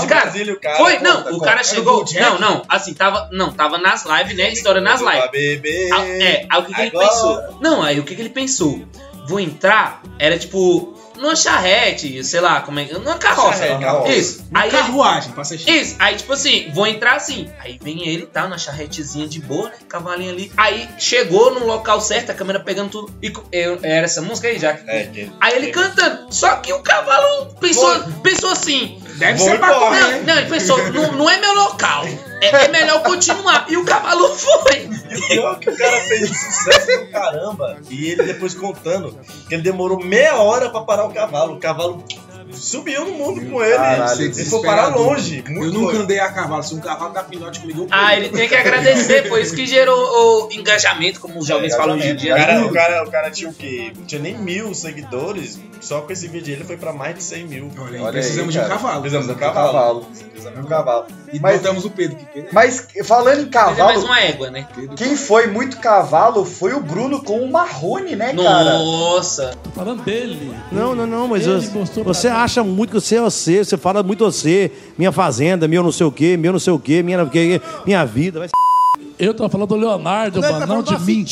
Speaker 1: cara, Foi, não, o cara chegou. Não,
Speaker 2: Não,
Speaker 1: não, assim, tava. Não, tava nas lives, né? História nas lives. Ah, É, aí o que, que ele
Speaker 4: agora.
Speaker 1: pensou? Não, aí o que, que ele pensou? Vou entrar, era tipo. Numa charrete, sei lá, como é que. Numa carroça.
Speaker 2: né?
Speaker 3: Charrete, carroça.
Speaker 1: Isso.
Speaker 3: Uma
Speaker 1: Aí ele-
Speaker 3: carruagem, pra ser chique.
Speaker 1: Isso. Aí, tipo assim, vou entrar assim. Aí vem ele, tá? Na charretezinha de boa, né? Cavalinho ali. Aí chegou no local certo, a câmera pegando tudo. E co- eu- era essa música aí, já.
Speaker 4: É,
Speaker 1: Aí ele cantando. Só que o cavalo pensou, pensou assim.
Speaker 3: Deve
Speaker 1: "Vou
Speaker 3: ser pra
Speaker 1: embora."
Speaker 3: correr.
Speaker 1: Não, não, ele pensou, não, não é meu local. É, é melhor continuar. E o cavalo foi.
Speaker 4: Pior que o cara fez um sucesso do caramba. E ele depois contando que ele demorou meia hora pra parar o cavalo. O cavalo subiu no mundo com ele.
Speaker 3: Caralho,
Speaker 4: ele foi parar
Speaker 3: desesperador.
Speaker 4: longe.
Speaker 3: eu
Speaker 4: Muito
Speaker 3: nunca
Speaker 4: longe.
Speaker 3: andei a cavalo. Se um cavalo dá filhote comigo, eu
Speaker 1: Ah, ele tem que agradecer, foi isso que gerou o engajamento, como
Speaker 3: Tá
Speaker 1: os jovens falam hoje em dia. né?
Speaker 4: O cara, o, cara, o cara tinha o quê? Não tinha nem mil seguidores. Só com esse vídeo ele foi pra mais de 100 mil.
Speaker 3: aí, precisamos de um cavalo.
Speaker 4: Precisamos de um
Speaker 2: Precisamos de um
Speaker 4: cavalo.
Speaker 2: Um cavalo.
Speaker 3: E
Speaker 2: Mas-
Speaker 3: botamos o Pedro. Que Pedro é-
Speaker 2: Mas falando em
Speaker 1: Mas é mais
Speaker 2: cavalo,
Speaker 1: uma égua, né?
Speaker 2: quem foi muito cavalo foi o Bruno com o Marrone, né, cara?
Speaker 1: Nossa.
Speaker 16: Falando dele.
Speaker 15: Não, não, não, mas
Speaker 16: Ele
Speaker 15: você,
Speaker 16: mostrou pra
Speaker 15: você
Speaker 16: mim.
Speaker 15: acha muito que você é você, você fala muito você, minha fazenda, meu não sei o quê, meu não sei o quê, minha, não sei o quê, minha vida. Vai...
Speaker 16: Eu tô falando do Leonardo,
Speaker 15: Não, ele
Speaker 16: não,
Speaker 15: tá
Speaker 16: não
Speaker 15: falando
Speaker 16: de
Speaker 15: da
Speaker 16: mim.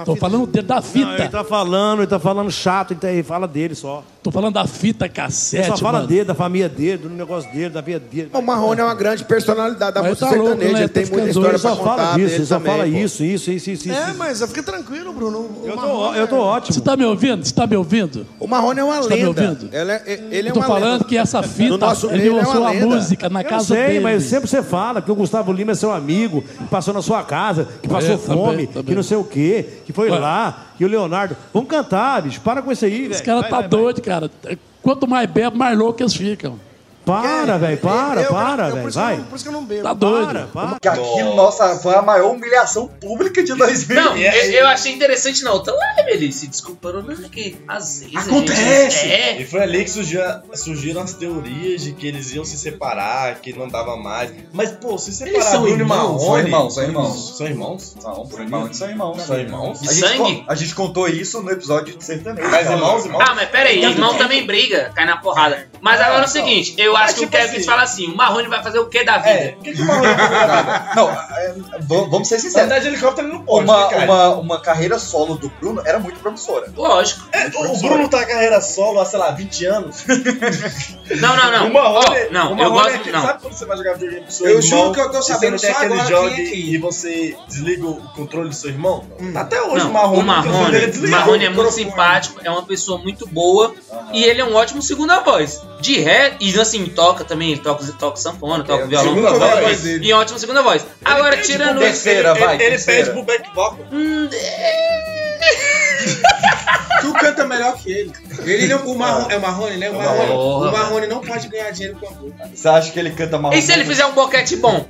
Speaker 18: é
Speaker 16: tô falando de- da fita.
Speaker 15: Não, ele tá falando, ele tá falando chato, ele, tá- ele fala dele só.
Speaker 16: Tô falando da fita
Speaker 15: Ele
Speaker 16: cassete,
Speaker 15: só fala
Speaker 16: mano.
Speaker 15: dele, da família dele, do negócio dele, da vida dele.
Speaker 18: O Marrone é uma grande personalidade da
Speaker 15: Mas
Speaker 18: música
Speaker 15: tá louco,
Speaker 18: sertaneja.
Speaker 15: né?
Speaker 18: Ele
Speaker 15: Tá
Speaker 18: tem muita
Speaker 15: ficando
Speaker 18: história
Speaker 15: doido.
Speaker 18: pra
Speaker 15: Ele só fala
Speaker 18: contar
Speaker 15: disso,
Speaker 18: dele
Speaker 15: ele só
Speaker 18: também,
Speaker 15: fala
Speaker 18: pô.
Speaker 15: isso, isso, isso, isso, isso.
Speaker 18: É, mas fica tranquilo, Bruno. Eu
Speaker 15: ó- eu tô ótimo.
Speaker 16: Você tá me ouvindo? Você tá me ouvindo?
Speaker 18: O Marrone é uma
Speaker 16: Você tá me
Speaker 18: lenda.
Speaker 16: ouvindo?
Speaker 18: Ela é- e- ele é
Speaker 16: Eu tô
Speaker 18: uma
Speaker 16: falando
Speaker 18: lenda.
Speaker 16: que essa fita,
Speaker 18: No nosso
Speaker 16: Tá, ele
Speaker 18: meio, ele é
Speaker 16: lançou
Speaker 18: uma
Speaker 16: a
Speaker 18: lenda.
Speaker 16: música na
Speaker 15: Eu
Speaker 16: casa
Speaker 15: sei,
Speaker 16: dele.
Speaker 15: mas sempre você fala que o Gustavo Lima é seu amigo, que passou na sua casa, que passou
Speaker 16: É, também,
Speaker 15: fome,
Speaker 16: também.
Speaker 15: que não sei o quê, que foi
Speaker 16: Ué.
Speaker 15: lá, e o Leonardo. Vamos cantar, bicho, para com isso aí, velho.
Speaker 16: Esse cara
Speaker 15: Vai,
Speaker 16: tá
Speaker 15: vai, vai.
Speaker 16: doido, cara. Quanto mais bebe, mais louco eles ficam.
Speaker 15: Para, velho, para,
Speaker 16: É,
Speaker 15: para,
Speaker 16: eu- eu- por
Speaker 15: velho,
Speaker 16: isso que eu
Speaker 15: vai.
Speaker 16: não-
Speaker 18: Por isso que eu não bebo.
Speaker 16: Tá doido.
Speaker 2: Que aquilo, nossa, foi a maior humilhação pública de 2000.
Speaker 1: Não, é, eu, eu achei interessante Então, é, na outra live ele se desculpando, né? Que às vezes. a gente- é.
Speaker 4: E foi ali que surgia- surgiram as teorias de que eles iam se separar, que não dava mais. Mas, pô, se separar
Speaker 2: Eles são
Speaker 4: Bruno e
Speaker 2: irmãos,
Speaker 4: Marrone-
Speaker 2: são irmãos, são irmãos.
Speaker 4: São irmãos?
Speaker 2: São, Bruno e Marrone são irmãos.
Speaker 4: São irmãos?
Speaker 2: A gente, con- a gente contou isso no episódio de sertanejo.
Speaker 4: Mas
Speaker 2: cara.
Speaker 4: irmãos, irmãos?
Speaker 1: Ah, mas peraí,
Speaker 3: então
Speaker 1: irmão também briga, cai na porrada. Mas
Speaker 2: É,
Speaker 1: agora é o
Speaker 2: então.
Speaker 1: seguinte, eu
Speaker 2: Mas
Speaker 1: acho que o
Speaker 2: tipo
Speaker 1: Kevin
Speaker 2: assim-
Speaker 1: fala assim, o Marrone vai fazer o que da vida?
Speaker 2: Ah, é.
Speaker 3: é,
Speaker 2: Não, é, v- vamos ser sinceros.
Speaker 4: Andar de helicóptero não pode,
Speaker 2: Uma,
Speaker 4: né, cara?
Speaker 2: uma, uma carreira solo do Bruno era muito promissora.
Speaker 1: Lógico.
Speaker 4: É, o Bruno tá na carreira solo há, sei lá, 20 anos.
Speaker 1: Não, não, não.
Speaker 4: O Marrone,
Speaker 1: Ó, não,
Speaker 4: o Marrone
Speaker 1: eu gosto-
Speaker 4: é aquele-
Speaker 1: não.
Speaker 4: Sabe quando você vai jogar videogame com seu
Speaker 3: Eu
Speaker 4: irmão?
Speaker 3: juro que eu tô
Speaker 4: e você
Speaker 3: sabendo
Speaker 4: não tem
Speaker 3: só
Speaker 4: aquele
Speaker 3: agora
Speaker 4: jogo
Speaker 3: quem é quem.
Speaker 4: E você desliga o controle do seu irmão? Até hoje
Speaker 1: Não,
Speaker 4: o Marrone...
Speaker 1: o Marrone,
Speaker 4: ele desligou
Speaker 1: Marrone é
Speaker 4: o
Speaker 1: muito
Speaker 4: microfone.
Speaker 1: simpático, é uma pessoa muito boa e ele é um ótimo segunda voz. De ré, e assim, toca também, toca, toca sanfona, toca violão,
Speaker 4: segunda
Speaker 1: toca
Speaker 4: voz
Speaker 1: voz. E é ótima segunda voz. Agora,
Speaker 4: pede
Speaker 1: tirando
Speaker 4: pro-
Speaker 1: isso.
Speaker 4: terceira, vai,
Speaker 1: ele- ele
Speaker 4: terceira.
Speaker 1: pede pro back vocal.
Speaker 3: Tu canta melhor que ele. Ele não, o Marrone, é o Marrone, né? O Marrone,
Speaker 4: Porra,
Speaker 3: o Marrone não pode ganhar dinheiro com a boca.
Speaker 4: Você acha que ele canta mal?
Speaker 1: E se ele fizer um boquete bom?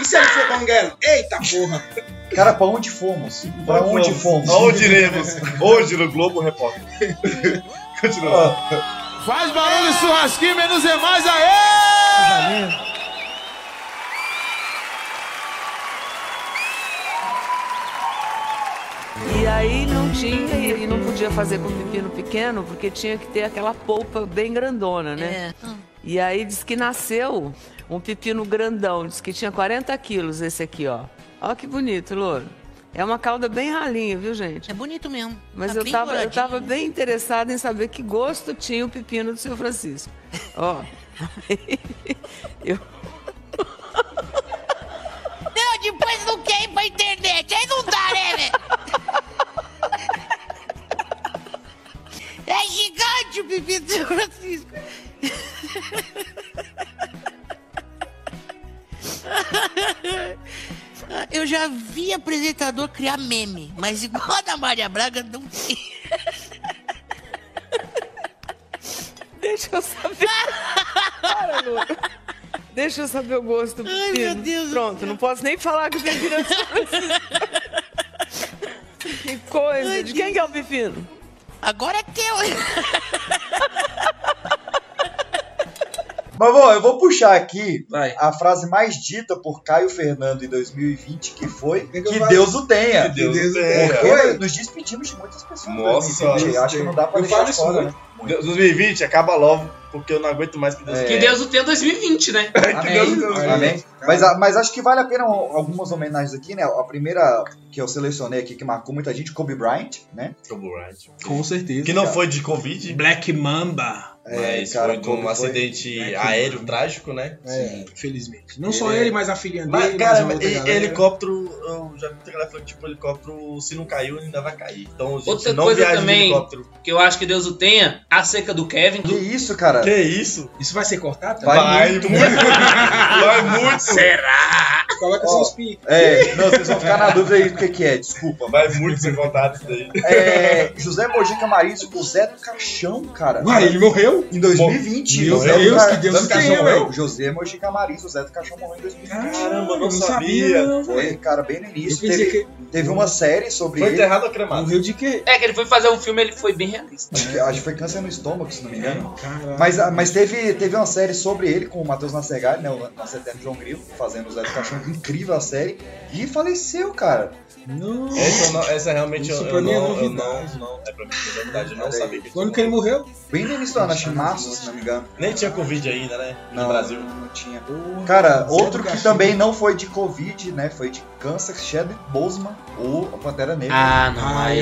Speaker 3: E se ele for banguelo? Eita porra!
Speaker 4: Ah.
Speaker 2: Cara, pra onde fomos? Pra onde fomos?
Speaker 4: Aonde iremos? Hoje no Globo Repórter. Continua.
Speaker 19: Faz barulho, churrasquinho, menos é mais, aê!
Speaker 10: E aí não tinha, e e não podia fazer com pepino pequeno, porque tinha que ter aquela polpa bem grandona, né? E aí diz que nasceu um pepino grandão, diz que tinha 40 quilos esse aqui, ó. Ó que bonito, louro. É uma calda bem ralinha, viu, gente? É bonito mesmo. Mas
Speaker 20: Tá
Speaker 10: eu,
Speaker 20: bem
Speaker 10: tava, eu
Speaker 20: douradinho.
Speaker 10: tava bem interessada em saber que gosto tinha o pepino do seu Francisco. Ó. eu...
Speaker 20: Não, depois não quer ir pra internet. Aí não dá, né, velho? É gigante o pipi do São Francisco. Eu já vi apresentador criar meme, mas igual a da Maria Braga não tem.
Speaker 10: Deixa eu saber. Para, Lu. Deixa eu saber o gosto do Ai, meu Deus. Pronto, não posso nem falar que o pepino é de São Francisco. Que coisa. de quem que é o pepino?
Speaker 20: Agora é teu.
Speaker 2: Mas, bom, eu vou puxar aqui a frase mais dita por Caio Fernando em 2020, que foi que,
Speaker 4: falei?
Speaker 2: Deus o tenha.
Speaker 4: Que Deus o tenha.
Speaker 2: Porque nos despedimos de muitas pessoas. em
Speaker 4: Nossa,
Speaker 2: 2020, acho que não dá pra
Speaker 4: eu
Speaker 2: deixar
Speaker 4: falo
Speaker 2: de
Speaker 4: isso
Speaker 2: fora,
Speaker 4: muito.
Speaker 2: né?
Speaker 4: Deus- 2020 acaba logo, porque eu não aguento mais que Deus.
Speaker 1: Que Deus o tenha 2020, né?
Speaker 2: Amém. Amém. Mas, a- mas acho que vale a pena o- algumas homenagens aqui, né? A primeira que eu selecionei aqui, que marcou muita gente, Kobe Bryant, né?
Speaker 4: Kobe Bryant.
Speaker 3: Com certeza.
Speaker 4: Que não
Speaker 2: cara.
Speaker 4: foi de Covid.
Speaker 3: Black Mamba.
Speaker 2: É,
Speaker 4: Mas foi de um
Speaker 3: como foi?
Speaker 4: acidente
Speaker 3: Black
Speaker 4: aéreo
Speaker 3: Mamba.
Speaker 4: trágico, né?
Speaker 3: É, infelizmente. Não só
Speaker 4: é-
Speaker 3: ele, mas a filha dele.
Speaker 4: Mas,
Speaker 3: mais
Speaker 4: cara,
Speaker 3: uma outra
Speaker 4: e-
Speaker 3: galera.
Speaker 4: helicóptero, eu já vi muita galera falando que tipo, helicóptero, se não caiu, ainda vai cair. Então, gente,
Speaker 1: Outra
Speaker 4: não
Speaker 1: coisa
Speaker 4: viaja de
Speaker 1: também
Speaker 4: helicóptero.
Speaker 1: que eu acho que Deus o tenha, a seca do Kevin.
Speaker 3: Hum.
Speaker 1: Que
Speaker 2: isso, cara?
Speaker 4: Que isso?
Speaker 3: Isso vai ser cortado?
Speaker 1: Vai
Speaker 4: muito, vai muito.
Speaker 1: Será?
Speaker 3: Coloca seus piques.
Speaker 2: É, não, vocês vão ficar na dúvida aí do que, que é, desculpa.
Speaker 4: Vai muito sem contato isso daí.
Speaker 2: É, José Mojica Marins, o Zé do Caixão, cara.
Speaker 3: Ué, ele morreu?
Speaker 2: Em 2020.
Speaker 3: Meu
Speaker 2: José do
Speaker 3: Deus,
Speaker 2: Ca-
Speaker 3: que Deus
Speaker 2: Zé do
Speaker 3: o
Speaker 2: Caixão
Speaker 3: tenha,
Speaker 2: morreu.
Speaker 3: velho.
Speaker 2: José Mojica Marins, o Zé do Caixão morreu em 2020.
Speaker 4: Caramba, eu não
Speaker 3: sabia, não,
Speaker 2: Foi, cara, bem no início.
Speaker 3: Eu pensei
Speaker 2: Teve, teve uma série sobre ele.
Speaker 4: cremado?
Speaker 3: Morreu de quê?
Speaker 1: É que ele foi fazer um filme, ele foi bem realista.
Speaker 2: Acho que, acho que foi câncer no estômago, se não me engano. Mas, ah, mas teve, teve uma série sobre ele com o Matheus Nascegari, né? O nosso eterno João Grilo, fazendo o Zé do Caixão. Incrível a série. E faleceu, cara.
Speaker 4: Essa, eu não- essa realmente
Speaker 2: Isso
Speaker 4: eu,
Speaker 2: pra
Speaker 4: eu
Speaker 2: mim é
Speaker 4: não, eu não,
Speaker 2: novidade.
Speaker 4: não. É pra mim é novidade, eu não
Speaker 2: Olha aí.
Speaker 4: sabia que
Speaker 3: Quando que ele morreu?
Speaker 2: Bem no início do ano, acho que em março, se não me engano.
Speaker 4: Nem tinha Covid ainda, né?
Speaker 2: Não,
Speaker 4: no Brasil.
Speaker 2: não tinha. Cara, outro que
Speaker 4: Caixão.
Speaker 2: também não foi de Covid, né? Foi de câncer, Chadwick Boseman, o Pantera Negra.
Speaker 4: Ai, É,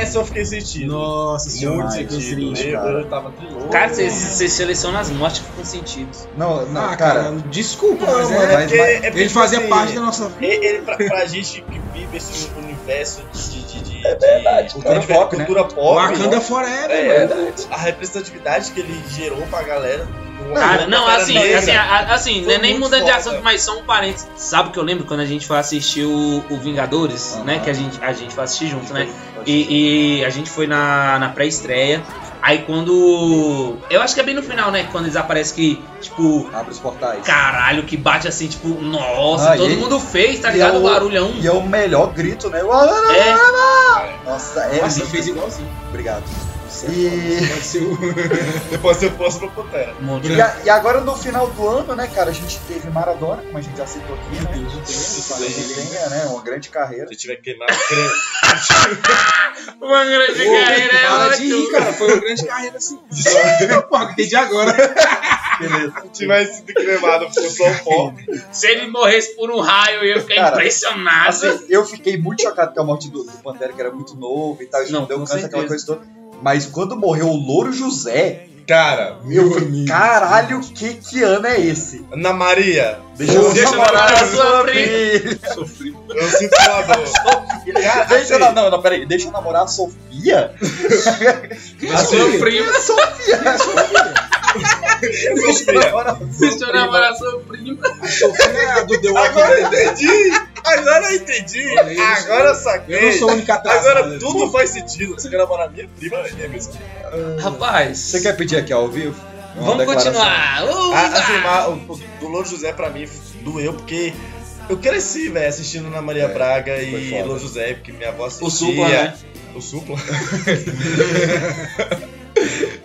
Speaker 4: essa eu fiquei sentindo.
Speaker 3: Nossa
Speaker 4: Muito
Speaker 2: demais,
Speaker 4: sentido.
Speaker 2: triste,
Speaker 4: Eu,
Speaker 2: cara.
Speaker 4: eu tava triloso.
Speaker 1: Cara, vocês vocês selecionam as mortes que ficam sentidos.
Speaker 2: Não, não,
Speaker 3: Ah, cara, desculpa, mas é-
Speaker 4: porque-
Speaker 3: mas-
Speaker 4: porque,
Speaker 3: ele fazia
Speaker 4: assim,
Speaker 3: parte da nossa vida.
Speaker 4: Ele, ele pra, pra gente que vive esse universo de, de, de, de, de cultura
Speaker 3: cara.
Speaker 4: pop, cultura pop.
Speaker 3: Wakanda forever,
Speaker 4: é,
Speaker 3: mano.
Speaker 4: A representatividade que ele gerou pra galera. com
Speaker 1: Cara,
Speaker 4: a
Speaker 1: não,
Speaker 4: Pantera
Speaker 1: assim,
Speaker 4: Negra.
Speaker 1: assim, a- assim,
Speaker 4: Foi
Speaker 1: né, nem
Speaker 4: muito
Speaker 1: mudando de
Speaker 4: foda.
Speaker 1: assunto, mas só um parênteses. Sabe o que eu lembro quando a gente foi assistir o, o Vingadores, né? Que a gente, a gente foi assistir junto, né? E, e a gente foi na, na pré-estreia. Aí quando. Eu acho que é bem no final, né? Quando eles aparecem que, tipo.
Speaker 2: Abre os portais.
Speaker 1: Caralho, que bate assim, tipo, nossa,
Speaker 2: Ah,
Speaker 1: todo
Speaker 2: e-
Speaker 1: mundo fez, tá
Speaker 2: e
Speaker 1: ligado?
Speaker 2: é
Speaker 1: o barulhão.
Speaker 2: E é o melhor grito, né?
Speaker 1: É.
Speaker 2: Nossa, é
Speaker 1: Nossa,
Speaker 2: lindo.
Speaker 1: fez
Speaker 3: igualzinho.
Speaker 2: Obrigado. é E...
Speaker 4: Depois eu posso pro Pantera.
Speaker 1: um
Speaker 2: E, a- e agora no final do ano, né, cara, a gente teve Maradona, como a gente já citou aqui, né? Ele tenha, né, uma grande carreira.
Speaker 4: Se tiver queimado, creme.
Speaker 1: Uma grande
Speaker 3: Ô,
Speaker 1: carreira é
Speaker 3: para de
Speaker 1: ótimo.
Speaker 3: rir, cara. Foi uma grande carreira assim. Eita, porra, entendi agora.
Speaker 4: Se tivesse sido cremado por só o um pó.
Speaker 1: Se ele morresse por um raio, eu ia ficar
Speaker 2: Cara,
Speaker 1: impressionado.
Speaker 2: assim, eu fiquei muito chocado com a morte do, do Pantera, que era muito novo e tal, isso não deu canto, aquela coisa toda. Mas quando morreu o Louro José,
Speaker 4: cara,
Speaker 2: eu falei, caralho, que, que ano é esse?
Speaker 4: Ana Maria,
Speaker 2: deixa eu
Speaker 4: deixa eu
Speaker 2: namorar
Speaker 4: namorar
Speaker 2: sua
Speaker 4: sua
Speaker 2: filha.
Speaker 4: Sofri. Eu sinto uma dor.
Speaker 2: Ah, deixa eu, na- não, não, peraí. Deixa eu namorar a Sofia? a A
Speaker 1: Sofia.
Speaker 2: Sofia. a Sofia. Deixa eu namorar
Speaker 1: Deixa eu namorar sua prima.
Speaker 2: é Agora eu entendi! Agora eu entendi! Agora eu um saquei!
Speaker 4: Eu não sou a única atrasada.
Speaker 2: Agora tudo faz sentido. Você quer namorar minha prima?
Speaker 4: É
Speaker 2: Minha
Speaker 1: Rapaz.
Speaker 5: Você quer pedir aqui ao vivo? Uma
Speaker 4: Vamos
Speaker 5: declaração?
Speaker 4: continuar.
Speaker 5: Uh,
Speaker 4: A- afirmar, Ah, assim, o, o do Louro José pra mim doeu, porque eu cresci, velho, assistindo Ana Maria Braga e
Speaker 5: foda.
Speaker 4: Louro José, porque minha avó assistia.
Speaker 5: O Supla, né?
Speaker 4: O Supla.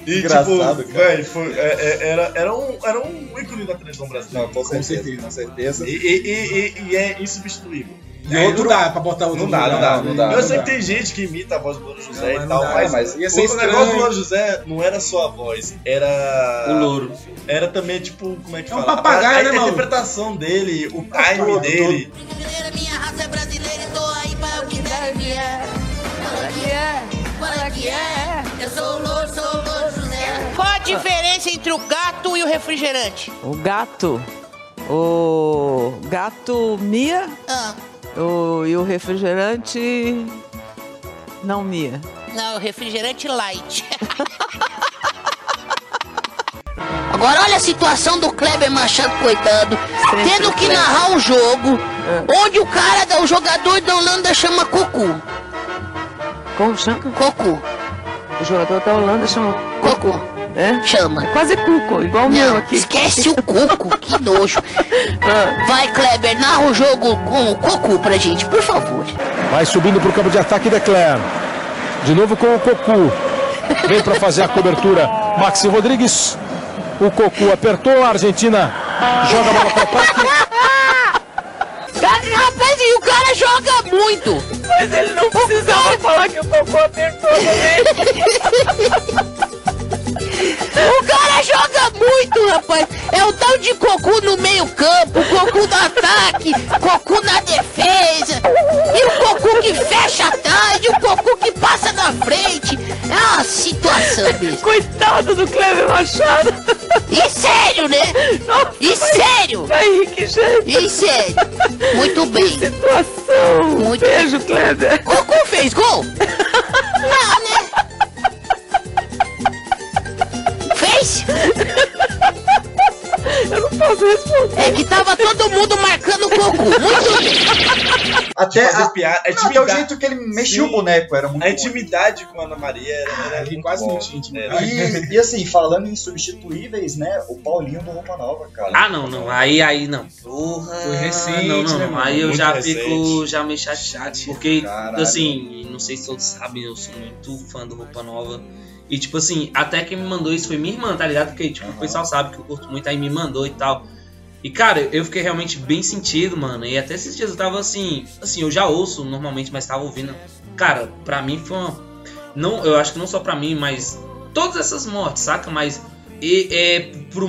Speaker 5: E,
Speaker 4: Engraçado,
Speaker 5: tipo,
Speaker 4: cara. é, era, era, um, era um ícone da televisão brasileira. com certeza,
Speaker 5: com certeza.
Speaker 4: E, e- e- e- e é insubstituível.
Speaker 5: E outro-
Speaker 4: não dá pra botar outro
Speaker 5: não dá, não dá, não dá,
Speaker 4: Eu
Speaker 5: não
Speaker 4: sei
Speaker 5: dá.
Speaker 4: que tem gente que imita a voz do Louro José
Speaker 5: Não,
Speaker 4: e
Speaker 5: mas
Speaker 4: tal,
Speaker 5: não dá,
Speaker 4: mas,
Speaker 5: mas ia ser
Speaker 4: o
Speaker 5: estranho.
Speaker 4: negócio do Louro José não era só a voz, era...
Speaker 1: O louro.
Speaker 4: Era também, tipo, como é que
Speaker 1: É um
Speaker 4: fala?
Speaker 1: papagaio,
Speaker 4: a,
Speaker 1: né,
Speaker 4: a
Speaker 1: Mauro?
Speaker 4: interpretação dele, o time dele.
Speaker 20: é Fala que é, fala que é. Eu sou o Louro, sou o Louro José. Qual a diferença entre o gato e o refrigerante?
Speaker 10: O gato. O gato Mia.
Speaker 20: Ah.
Speaker 10: O, e o refrigerante. Não Mia.
Speaker 20: Não, refrigerante light. Agora olha a situação do Kleber Machado, coitado, tendo que
Speaker 14: Kleber.
Speaker 20: narrar um jogo
Speaker 10: Ah.
Speaker 20: onde o cara, da- o jogador da Holanda chama Cocu.
Speaker 10: Como chama?
Speaker 20: Cocu.
Speaker 10: O jogador da Holanda chama
Speaker 20: Cocu.
Speaker 10: É?
Speaker 20: Chama.
Speaker 10: É quase cuco, igual o meu aqui. Ah.
Speaker 20: Esquece o Cocu, que nojo. Vai, Kleber, narra o jogo com o Cocu pra gente, por favor.
Speaker 21: Vai subindo para o campo de ataque Declan. De novo com o Cocu. Vem para fazer a cobertura Maxi Rodrigues. O Cocu apertou, a Argentina joga a bola para
Speaker 20: Cara, rapaz, e o cara joga muito. Mas ele não precisava falar que o Cocô apertou O cara joga muito, rapaz. É o tal de Cocu no meio campo, Cocu no ataque, Cocu na defesa. E o Cocu que fecha atrás, e o Cocu que passa na frente. É uma situação, bicho. Coitado do Cleber Machado. E sério, né? E sério.
Speaker 1: Tá
Speaker 20: que gente. E sério. Muito bem. situação. Muito Beijo, Kleber. Cocu fez gol? Não, né? Fez? Eu não posso responder. É que tava todo mundo marcando o Cocu. Muito bem.
Speaker 2: Até a,
Speaker 4: piada, é
Speaker 2: não, até o jeito que ele mexia o boneco era muito Ah,
Speaker 4: A intimidade com a Ana Maria era, era quase né? não tinha
Speaker 2: E, e assim, falando em substituíveis, né? O Paulinho do Roupa Nova, cara.
Speaker 1: Ah, não, não. Aí, aí, não. Porra. Foi
Speaker 2: recente,
Speaker 1: não, não,
Speaker 2: né,
Speaker 1: não.
Speaker 2: mano?
Speaker 1: Aí eu
Speaker 2: Muito
Speaker 1: já
Speaker 2: recente.
Speaker 1: fico já meio chateado. Porque,
Speaker 2: Caralho.
Speaker 1: assim, não sei se todos sabem, eu sou muito fã do Roupa Nova. E, tipo assim, até quem me mandou isso foi minha irmã, tá ligado? Porque, tipo, o pessoal sabe que eu curto muito, aí me mandou e tal. E, cara, eu fiquei realmente bem sentido, mano. E até esses dias eu tava assim. Assim, eu já ouço normalmente, mas tava ouvindo. Cara, pra mim foi uma. Não, eu acho que não só pra mim, mas. Todas essas mortes, saca? Mas. E, é, pro,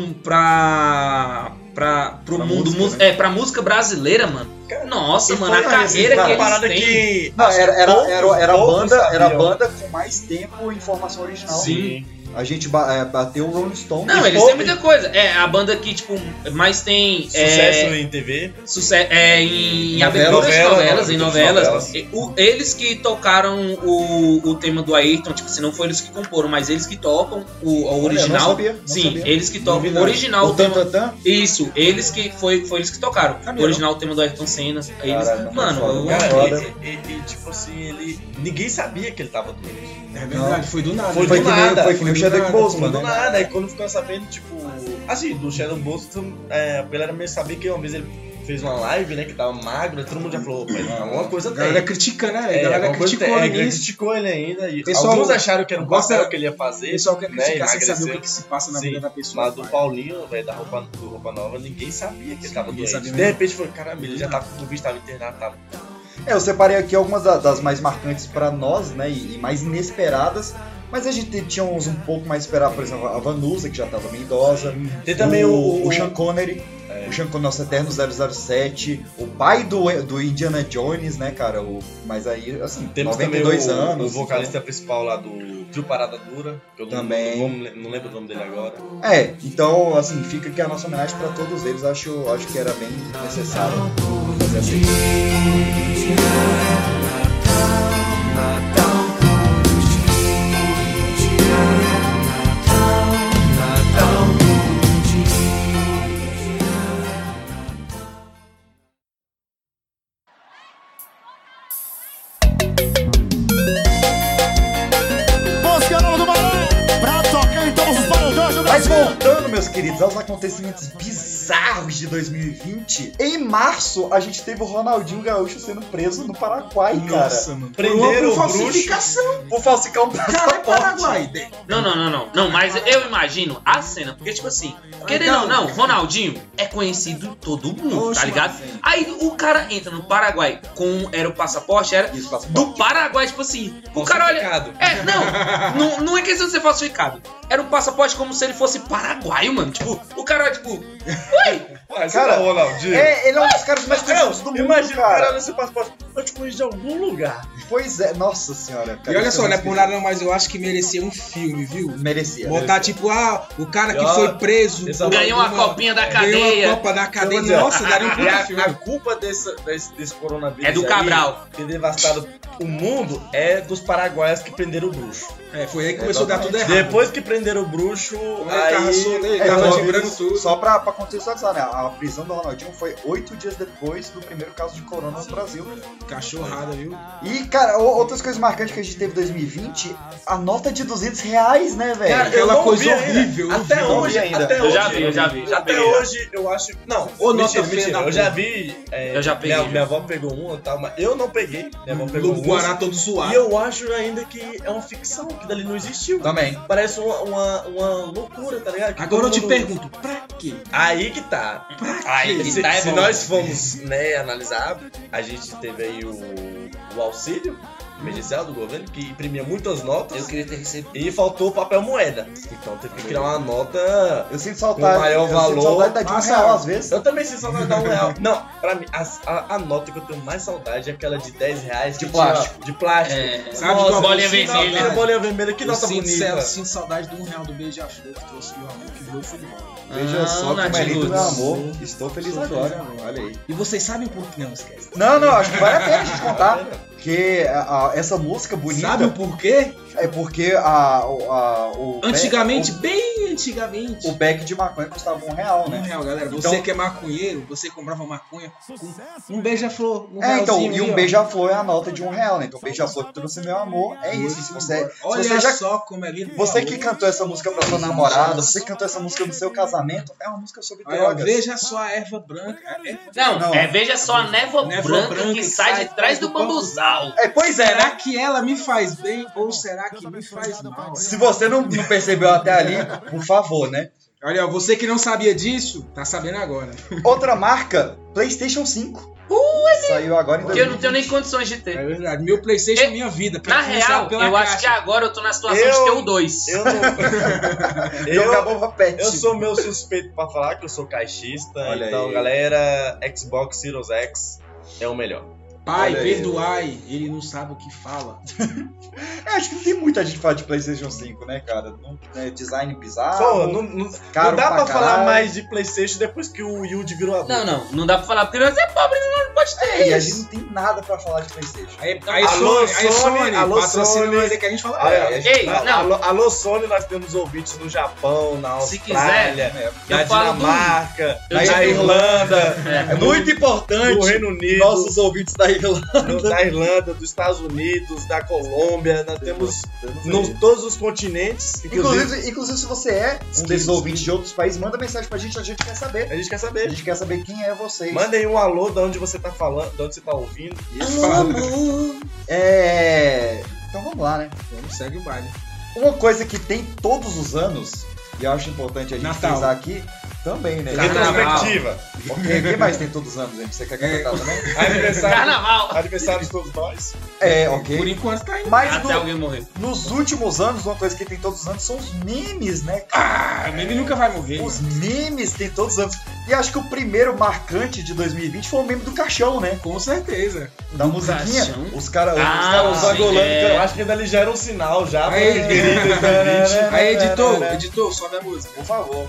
Speaker 1: pra. Pra, pro mundo.
Speaker 2: música, né?
Speaker 1: mu- É, pra música brasileira, mano. Nossa,
Speaker 2: E
Speaker 1: mano,
Speaker 2: foi
Speaker 1: a
Speaker 2: uma
Speaker 4: Ah, é
Speaker 1: carreira que
Speaker 2: uma
Speaker 1: eles
Speaker 2: parada
Speaker 1: têm.
Speaker 2: que- Não, era, era, era, era, a banda, era a banda com mais tempo em formação original.
Speaker 1: Sim.
Speaker 2: A gente ba- é, bateu o Rolling Stone.
Speaker 1: Não,
Speaker 2: E
Speaker 1: eles
Speaker 2: foi-
Speaker 1: têm muita coisa. É, a banda que, tipo, mais tem.
Speaker 2: né?
Speaker 4: Sucesso
Speaker 1: é,
Speaker 4: em TV.
Speaker 1: Sucesso é, em
Speaker 4: Novela,
Speaker 1: aberturas de
Speaker 4: novela,
Speaker 1: novelas, em
Speaker 4: abertura de
Speaker 1: novelas.
Speaker 4: novelas.
Speaker 1: E o- eles que tocaram o, o tema do Ayrton, tipo, se não foi eles que comporam, mas eles que tocam o, o
Speaker 2: Olha,
Speaker 1: original.
Speaker 2: não sabia, não
Speaker 1: sim,
Speaker 2: sabia.
Speaker 1: eles que tocam
Speaker 2: vi
Speaker 1: o
Speaker 2: nada.
Speaker 1: original
Speaker 2: O
Speaker 1: tema.
Speaker 2: Tan Tan Tan?
Speaker 1: Isso, eles que foi, foi eles que tocaram.
Speaker 4: Sabia,
Speaker 1: o original tema do Ayrton Senna. Eles,
Speaker 4: Caralho, não
Speaker 1: mano,
Speaker 4: foi
Speaker 1: eu-
Speaker 4: foda. Cara,
Speaker 1: é foda.
Speaker 4: e, e- e, tipo assim, ele. Ninguém sabia que ele tava doente.
Speaker 3: É verdade, foi do nada.
Speaker 4: Foi,
Speaker 3: Foi
Speaker 4: do
Speaker 3: que nem-
Speaker 4: nada.
Speaker 3: foi que nem o
Speaker 4: do
Speaker 3: Chadwick
Speaker 4: nada,
Speaker 3: Boseman,
Speaker 4: Foi do
Speaker 3: né?
Speaker 4: nada. Aí quando ficou sabendo, tipo. Assim, do Shadow Boseman, é, a galera meio sabia que uma vez ele fez uma live, né? Que tava magro, e todo mundo já falou, opa, ele- alguma coisa
Speaker 3: A
Speaker 4: tem.
Speaker 3: galera criticando, né? A
Speaker 4: É,
Speaker 3: galera
Speaker 4: alguma coisa
Speaker 3: criticou
Speaker 4: tem.
Speaker 3: no
Speaker 4: É, galera
Speaker 3: início.
Speaker 4: criticou ele ainda. E
Speaker 3: Pessoal,
Speaker 4: alguns acharam que era um
Speaker 3: gosta-
Speaker 4: papel que ele ia fazer.
Speaker 3: o pessoal quer criticar
Speaker 4: né,
Speaker 3: sem saber
Speaker 4: emagreceu.
Speaker 3: o que que se passa na vida da pessoa,
Speaker 4: Mas do
Speaker 3: pai.
Speaker 4: Paulinho, velho, da roupa, do roupa nova, ninguém sabia que ele tava doente.
Speaker 2: sabia
Speaker 4: de
Speaker 2: mesmo.
Speaker 4: repente falou, caramba, ele já tava com o bicho, tava internado, tá." tava
Speaker 2: É, eu separei aqui algumas da- das mais marcantes pra nós, né? E, e mais inesperadas. Mas a gente tinha uns um pouco mais esperados, por exemplo, a Vanusa, que já tava bem idosa.
Speaker 4: Tem também o- É.
Speaker 2: o Sean Connery. o Jean Connor nosso eterno 007, o pai do, do Indiana Jones, né, cara? O, mas aí, assim,
Speaker 4: Temos
Speaker 2: 92
Speaker 4: também o,
Speaker 2: anos. né?
Speaker 4: o vocalista principal lá do Trio Parada Dura, que eu não-
Speaker 2: Também.
Speaker 4: Não, vou- não lembro o nome dele agora.
Speaker 2: É, então, assim, fica aqui a nossa homenagem pra todos eles. Acho, acho que era bem necessário fazer assim.
Speaker 15: Música nova do Maré, pra tocar em todos os paredões do
Speaker 2: Mas
Speaker 15: Brasil.
Speaker 2: voltando, meus queridos, aos acontecimentos bizarros de 2020, em março a gente teve o Ronaldinho Gaúcho sendo preso no Paraguai,
Speaker 3: Nossa,
Speaker 2: cara.
Speaker 3: mano.
Speaker 2: Prenderam
Speaker 3: Por
Speaker 2: o
Speaker 3: falsificação.
Speaker 2: bruxo por falsificar um passaporte.
Speaker 1: Não, não, não, não. Não, mas eu imagino a cena, porque tipo assim, querendo ou não, Ronaldinho é conhecido todo mundo, tá ligado? Aí o cara entra no Paraguai com era o passaporte, era do Paraguai, tipo assim. O cara olha, é, não, não, não é questão de ser falsificado. Era um passaporte como se ele fosse paraguaio, mano. Tipo, o cara olha, tipo, ui,
Speaker 4: Cara, Ronaldinho.
Speaker 2: É, ele é um dos caras mais conhecidos do mundo,
Speaker 4: imagina o
Speaker 2: cara.
Speaker 4: cara nesse passaporte. Eu te conheço de algum lugar.
Speaker 2: Pois é, nossa senhora. Cara,
Speaker 3: E olha
Speaker 2: isso
Speaker 3: só,
Speaker 2: é
Speaker 3: não é
Speaker 2: muito
Speaker 3: por nada não, mas eu acho que merecia um filme, viu?
Speaker 2: Merecia. É.
Speaker 3: Botar
Speaker 2: merecia.
Speaker 3: tipo, ah, o cara que
Speaker 2: E, ó,
Speaker 3: foi preso.
Speaker 4: essa-
Speaker 1: Ganhou a copinha da
Speaker 3: Ganhou
Speaker 1: cadeia.
Speaker 3: a copa da
Speaker 4: Eu
Speaker 3: cadeia.
Speaker 4: vou dizer,
Speaker 3: Nossa, daria um
Speaker 4: e
Speaker 3: puta
Speaker 4: a,
Speaker 3: filme.
Speaker 4: a culpa desse, desse, desse coronavírus
Speaker 1: É do
Speaker 4: aí,
Speaker 1: Cabral.
Speaker 4: que devastado o mundo, é dos paraguaias que prenderam o bruxo.
Speaker 3: É, foi aí que começou a dar tudo errado.
Speaker 4: Depois que prenderam o bruxo, aí...
Speaker 2: É,
Speaker 4: tava
Speaker 2: só-
Speaker 4: vibrando
Speaker 2: Só pra, pra contextualizar, né? A prisão do Ronaldinho foi oito dias depois do primeiro caso de corona no Brasil.
Speaker 3: Cachorrada, viu?
Speaker 2: E, cara, o- outras coisas marcantes que a gente teve em 2020, a nota de 200 reais, né, velho?
Speaker 4: Cara, eu não vi ainda. Até hoje, até
Speaker 1: Eu já
Speaker 4: hoje-
Speaker 1: vi, eu já vi, já
Speaker 4: até
Speaker 1: peguei.
Speaker 4: hoje, eu acho. Não,
Speaker 1: Ô, nota
Speaker 4: mentira,
Speaker 1: feia
Speaker 4: mentira,
Speaker 1: da
Speaker 4: Eu já
Speaker 1: porra.
Speaker 4: vi. é,
Speaker 1: Eu já peguei,
Speaker 4: Minha,
Speaker 1: já.
Speaker 4: minha avó pegou uma e tal, mas eu não peguei. Minha avó pegou
Speaker 3: Do
Speaker 4: uma.
Speaker 3: Guará todo zoado.
Speaker 4: E eu acho ainda que é uma ficção, que dali não existiu.
Speaker 2: Também.
Speaker 4: Parece uma, uma, uma loucura, tá ligado? Que
Speaker 3: Agora eu
Speaker 4: todo
Speaker 3: te
Speaker 4: mundo-
Speaker 3: pergunto, pra quê?
Speaker 4: Aí que tá. Aí que
Speaker 1: Se-
Speaker 4: tá, é
Speaker 1: se
Speaker 4: bom.
Speaker 1: nós
Speaker 4: formos né, analisar, a gente teve aí o, o auxílio emergencial do governo, que imprimia muitas notas. Eu
Speaker 1: queria ter recebido.
Speaker 4: E faltou papel moeda. Então teve que criar uma nota
Speaker 2: Eu sinto
Speaker 4: com
Speaker 2: saudade.
Speaker 4: maior
Speaker 2: eu
Speaker 4: valor.
Speaker 2: Sinto saudade da de um
Speaker 4: Nossa,
Speaker 2: real às vezes.
Speaker 4: Eu também sinto saudade da um real. Não, pra mim, as- a, a nota que eu tenho mais saudade é aquela de 10 reais.
Speaker 2: De
Speaker 4: que tinha-
Speaker 2: plástico.
Speaker 4: de plástico.
Speaker 1: É,
Speaker 3: sabe, de uma bolinha
Speaker 4: que nota-
Speaker 1: vermelha.
Speaker 4: bolinha vermelha, que
Speaker 3: Eu
Speaker 4: nota
Speaker 3: sinto,
Speaker 4: bonita.
Speaker 3: Eu sinto saudade do um real do Beija-Flor que trouxe meu amor, que virou futebol.
Speaker 2: Veja
Speaker 1: Ah,
Speaker 2: só como é
Speaker 1: Nath
Speaker 2: lindo, meu
Speaker 1: Lutz.
Speaker 2: amor. Estou feliz
Speaker 3: Estou feliz
Speaker 2: agora. Olha aí.
Speaker 3: E vocês sabem por que não esquece?
Speaker 2: Não, não, acho que vale a pena a gente contar que a- a- essa música bonita.
Speaker 3: Sabe o porquê?
Speaker 2: É porque a, o- a- o.
Speaker 3: Antigamente, bem antigamente.
Speaker 2: O back de maconha custava um real, né?
Speaker 3: Um real, galera.
Speaker 2: Então-
Speaker 3: Você que é maconheiro, você comprava maconha com um beija-flor. Um
Speaker 2: É, então,
Speaker 3: realzinho
Speaker 2: e
Speaker 3: aí,
Speaker 2: um
Speaker 3: ó.
Speaker 2: beija-flor é a nota de um real, né? Então, beija-flor que trouxe meu amor, é isso. Se você, se
Speaker 3: Olha
Speaker 2: você já-
Speaker 3: só como é lindo.
Speaker 2: você que cantou essa música pra sua namorada, você que cantou essa música no seu casamento, é uma música sobre
Speaker 3: Olha,
Speaker 2: drogas.
Speaker 3: veja só a erva branca. a erva-
Speaker 1: Não,
Speaker 2: Não.
Speaker 1: é, veja só a névoa,
Speaker 3: Névoa
Speaker 1: branca,
Speaker 3: branca
Speaker 1: que
Speaker 3: que
Speaker 1: sai
Speaker 3: sai
Speaker 1: de trás do
Speaker 3: do bambu-
Speaker 1: bambuzal.
Speaker 2: É, pois é,
Speaker 3: Será
Speaker 2: né?
Speaker 3: que ela me faz bem ou será que me faz mal?
Speaker 2: Se você não, não percebeu até ali, por favor, né?
Speaker 3: Olha, ó, você que não sabia disso, tá sabendo agora.
Speaker 2: Outra marca, PlayStation 5. Saiu agora em
Speaker 1: Que eu não
Speaker 2: 2020.
Speaker 1: tenho nem condições de ter.
Speaker 3: É verdade. Meu Playstation é minha vida. pra
Speaker 1: Na
Speaker 3: quem sabe
Speaker 1: real, eu
Speaker 3: pela
Speaker 1: acho que
Speaker 3: caixa.
Speaker 1: agora eu tô na situação de
Speaker 4: Eu-
Speaker 1: ter um o 2.
Speaker 4: Eu não.
Speaker 2: Eu,
Speaker 4: eu,
Speaker 2: acabou pet.
Speaker 4: eu sou meu suspeito pra falar que eu sou caixista.
Speaker 2: Olha
Speaker 4: então,
Speaker 2: aí.
Speaker 4: galera, Xbox Series X é o melhor.
Speaker 3: Pai,
Speaker 2: Olha aí.
Speaker 3: perdoai, ele não sabe o que fala.
Speaker 2: É, acho que não tem muita gente que fala de PlayStation 5, né, cara? Não- né, design bizarro.
Speaker 4: Pô, não, não-
Speaker 2: caro
Speaker 4: não dá
Speaker 2: pra
Speaker 4: Ah, pra,
Speaker 2: caralho.
Speaker 4: falar mais de Playstation depois que o Yuji virou adulto.
Speaker 1: Não, não, não dá pra falar, porque nós é pobre, nós não pode ter
Speaker 2: E a gente
Speaker 1: isso.
Speaker 2: não tem nada pra falar de PlayStation.
Speaker 3: Aí, aí
Speaker 4: Alô,
Speaker 3: Sony, aí
Speaker 4: Sony,
Speaker 3: Sony,
Speaker 4: alô,
Speaker 3: patrocina
Speaker 4: Sony.
Speaker 3: nós aí que a gente fala.
Speaker 4: Ah, é,
Speaker 3: é,
Speaker 4: a gente-
Speaker 1: Ei,
Speaker 4: a-
Speaker 1: não.
Speaker 4: Alô, alô, Sony, nós temos ouvintes no Japão, na
Speaker 1: Se
Speaker 2: é
Speaker 4: Austrália, na
Speaker 1: eu falo do-
Speaker 4: Dinamarca,
Speaker 1: eu
Speaker 4: na
Speaker 1: digo-
Speaker 4: Irlanda,
Speaker 2: É muito
Speaker 4: no
Speaker 2: importante
Speaker 4: Reino Unido,
Speaker 2: nossos ouvintes da Irlanda.
Speaker 4: no- da Irlanda, dos Estados Unidos, da Colômbia, nós temos em todos os continentes, inclusive.
Speaker 2: Inclusive, inclusive, se você é um desses ouvintes de outros países, manda mensagem pra gente, a gente quer saber.
Speaker 4: A gente quer
Speaker 2: A
Speaker 4: saber.
Speaker 2: gente quer saber quem é vocês.
Speaker 4: Mandem um alô de onde você tá falando, de onde você tá ouvindo.
Speaker 2: Isso. É. Então vamos lá, né?
Speaker 3: Vamos, segue o baile.
Speaker 2: Uma coisa que tem todos os anos, e eu acho importante a gente
Speaker 3: Natal.
Speaker 2: frisar aqui, Também, né?
Speaker 4: Carnaval. Retrospectiva.
Speaker 2: Ok, quem mais tem todos os anos, hein? Você quer cantar também?
Speaker 4: Aniversário.
Speaker 2: Carnaval.
Speaker 4: Aniversário de todos nós.
Speaker 2: É, ok.
Speaker 4: Por
Speaker 2: enquanto tá indo. Mas
Speaker 1: Até
Speaker 2: no-
Speaker 1: alguém morrer.
Speaker 2: nos últimos anos, uma coisa que tem todos os anos são os memes, né? Ah,
Speaker 3: o meme nunca vai morrer. né?
Speaker 2: Os memes tem todos os anos. E acho que o primeiro marcante de 2020 foi o meme do caixão, né?
Speaker 3: Com certeza.
Speaker 2: Da
Speaker 4: Do
Speaker 2: musiquinha.
Speaker 4: caixão?
Speaker 2: Os
Speaker 4: Ah,
Speaker 2: caras. os
Speaker 4: sim,
Speaker 2: caras angolanos,
Speaker 4: é.
Speaker 2: cara,
Speaker 4: Eu acho que ainda eles já era um sinal já. pra-
Speaker 3: Aí, editor, aí, editor, editor, sobe a música, por favor.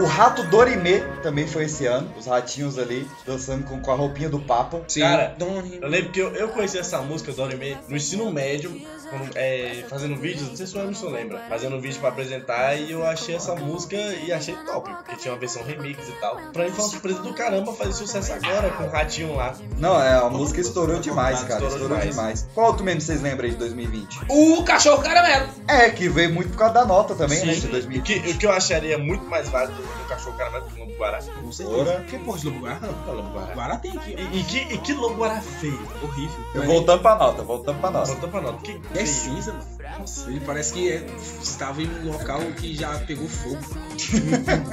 Speaker 2: O rato Dorime também foi esse ano. Os ratinhos ali dançando com, com a roupinha do Papa.
Speaker 4: Cara, eu lembro que eu, eu conheci essa música do Anime no ensino médio, quando, é, fazendo vídeos, não sei se o Emerson lembra, fazendo vídeo pra apresentar e eu achei essa música e achei top, porque tinha uma versão remix e tal. Pra mim foi uma surpresa do caramba fazer sucesso agora com o ratinho lá.
Speaker 2: Não, é, a música estourou demais, cara.
Speaker 4: Estourou
Speaker 2: Estourou, demais. Qual outro meme vocês lembram aí de 2020?
Speaker 1: O cachorro caramelo.
Speaker 2: É, que veio muito por causa da nota também, né? De
Speaker 4: Sim.
Speaker 2: 2020.
Speaker 4: O, que, o que eu acharia muito mais válido do cachorro caramelo que o Lobo Guará. Não sei.
Speaker 2: Ora.
Speaker 3: Que porra de Lobo Guará?
Speaker 4: Não, Lobo Guará.
Speaker 3: Guará tem aqui.
Speaker 4: E, e que, e que Lobo Guará feio, horrível.
Speaker 2: Eu voltando pra nota, voltando pra nota.
Speaker 4: Voltando pra nota. Que
Speaker 3: É cinza, mano. Nossa, ele parece que é- estava em um local que já pegou fogo.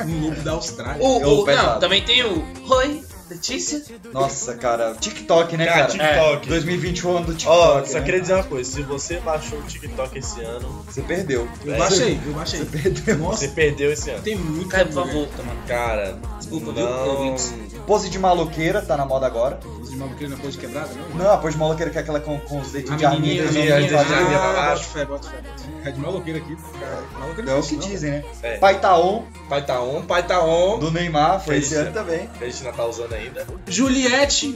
Speaker 3: Um, um lobo da Austrália.
Speaker 1: O, o- não,
Speaker 2: pesado.
Speaker 1: também tem o. Oi, Letícia.
Speaker 2: Nossa, cara, TikTok, né,
Speaker 4: Cara,
Speaker 2: cara?
Speaker 4: TikTok.
Speaker 2: É, 2020 o ano do
Speaker 4: Ó,
Speaker 2: TikTok.
Speaker 4: só
Speaker 2: né?
Speaker 4: queria dizer uma coisa, se você baixou o TikTok esse ano,
Speaker 2: Você perdeu.
Speaker 3: Eu
Speaker 4: É.
Speaker 3: baixei, eu baixei.
Speaker 4: você
Speaker 3: Nossa,
Speaker 4: perdeu esse ano.
Speaker 3: tem muito.
Speaker 1: Cai, por favor, toma.
Speaker 4: Cara,
Speaker 1: Desculpa, viu,
Speaker 4: não...
Speaker 1: ouvintes?
Speaker 2: Pose de maloqueira, tá na moda agora.
Speaker 3: Os de maluqueiro na coisa quebrada, não?
Speaker 2: Não, a pose de maloqueira que é aquela com, com os dedos
Speaker 3: A
Speaker 2: de arminha. né,
Speaker 3: menininha, a
Speaker 2: de-
Speaker 3: menininha,
Speaker 2: de- de- de- de-
Speaker 3: ah,
Speaker 2: de-
Speaker 3: bota fé, bota fé, bota fé. É de maloqueiro aqui. cara. Maloqueiro
Speaker 2: É o
Speaker 3: existe,
Speaker 2: que
Speaker 3: não.
Speaker 2: dizem, né?
Speaker 4: É.
Speaker 2: Pai tá on,
Speaker 4: Pai tá on, pai tá on.
Speaker 2: do Neymar, foi esse
Speaker 4: Feliz
Speaker 2: ano também.
Speaker 4: A gente não tá usando ainda.
Speaker 3: Juliette,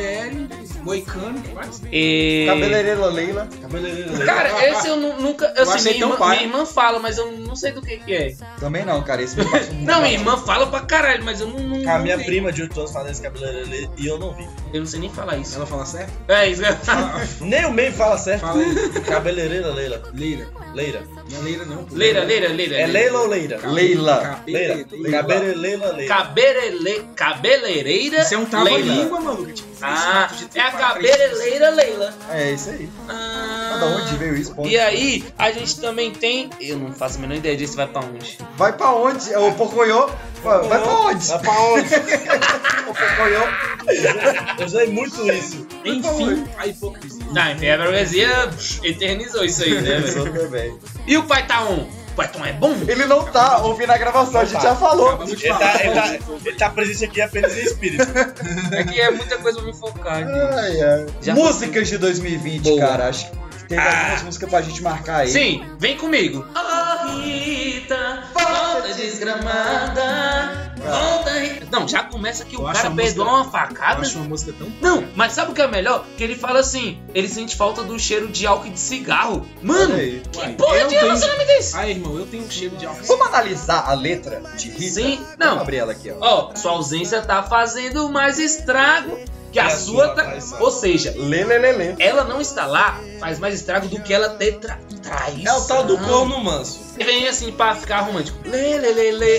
Speaker 3: JBL, Moicano, quase.
Speaker 1: E...
Speaker 2: Cabeleireira Leila.
Speaker 1: Cara, esse eu nu- nunca. Eu
Speaker 3: Eu
Speaker 1: assim,
Speaker 3: achei
Speaker 1: minha,
Speaker 3: tão
Speaker 1: irmã,
Speaker 3: pai.
Speaker 1: minha irmã fala, mas eu não sei do que, que é.
Speaker 2: Também não, cara, esse me passa um
Speaker 1: Não, minha irmã fala pra caralho, mas eu não. não
Speaker 4: A
Speaker 1: não
Speaker 4: minha
Speaker 1: sei.
Speaker 4: prima de 8 anos fala esse cabeleireiro ali e eu não vi.
Speaker 1: Eu não sei nem falar isso.
Speaker 3: Ela fala certo?
Speaker 1: É isso. que-
Speaker 4: Nem o meio fala certo.
Speaker 3: Fala aí.
Speaker 4: Cabeleireira Leila.
Speaker 3: Leira.
Speaker 4: Leira.
Speaker 3: Não é Leira, não. pô.
Speaker 1: Leira, leira, leira.
Speaker 4: É Leila ou Leira?
Speaker 2: Leila.
Speaker 4: Leila.
Speaker 3: Cabeleira.
Speaker 4: Cabeleireira Leila.
Speaker 1: Cabelele... Cabeleireira.
Speaker 3: Isso é um tava
Speaker 1: Leila.
Speaker 3: língua, maluco. Tipo,
Speaker 1: Ah,
Speaker 3: esse tipo
Speaker 1: é a
Speaker 3: pra
Speaker 1: cabeleireira Leila.
Speaker 2: É isso aí.
Speaker 1: Ah,
Speaker 2: Mas
Speaker 3: um é
Speaker 2: da onde veio isso? Ponto.
Speaker 1: E aí, a gente também tem. Eu não faço a menor ideia disso, vai pra onde.
Speaker 2: Vai pra onde? É O Pocoyo. Vai vai pra onde?
Speaker 4: Vai pra onde?
Speaker 2: O Pocoyo.
Speaker 4: Eu usei muito isso.
Speaker 3: Enfim, a hipocrisia.
Speaker 2: Né,
Speaker 1: Não, enfim, a burguesia eternizou isso aí, né, velho?
Speaker 2: Isso também.
Speaker 1: E o Pai tá on? O Pai tá on é bom?
Speaker 2: Ele não tá ouvindo a gravação, a gente já falou.
Speaker 3: Acabamos de
Speaker 4: Ele tá, ele,
Speaker 3: falar.
Speaker 4: tá, ele tá presente aqui apenas em espírito.
Speaker 1: É que é muita coisa pra me focar. gente.
Speaker 2: Ai, ai.
Speaker 1: Já-
Speaker 2: Músicas de 2020,
Speaker 1: Boa. Ah.
Speaker 2: cara. Acho que teve algumas músicas pra gente marcar aí.
Speaker 1: Sim, vem comigo. Oh, Rita, volta desgramada. Volta, Rita. Não, já começa que o
Speaker 3: Eu acho
Speaker 1: cara
Speaker 3: a
Speaker 1: pegou
Speaker 3: música-
Speaker 1: uma
Speaker 3: Eu
Speaker 1: facada.
Speaker 3: acho um- uma música tão.
Speaker 1: Não, mas sabe o que é melhor? Que ele fala assim: ele sente falta do cheiro de álcool e de cigarro. Mano,
Speaker 2: Olha aí.
Speaker 1: que porra
Speaker 3: eu
Speaker 1: de
Speaker 3: tenho-
Speaker 1: relacionamento é esse?
Speaker 3: Ah, irmão, eu tenho um cheiro de álcool.
Speaker 2: Vamos analisar a letra de Rita?
Speaker 1: Sim,
Speaker 2: Vamos
Speaker 3: Tá
Speaker 1: não.
Speaker 2: abrir ela aqui, ó.
Speaker 1: Ó, sua ausência tá fazendo mais estrago que a
Speaker 4: É a
Speaker 1: sua.
Speaker 4: sua,
Speaker 1: tá-
Speaker 4: vai, sabe?
Speaker 1: Ou seja,
Speaker 2: Lê, lê, lê, lê.
Speaker 1: ela não está lá faz mais estrago do que ela ter tra... traição.
Speaker 4: É o tal do corno manso.
Speaker 1: E vem assim pra ficar romântico. Lê, lê, lê, lê.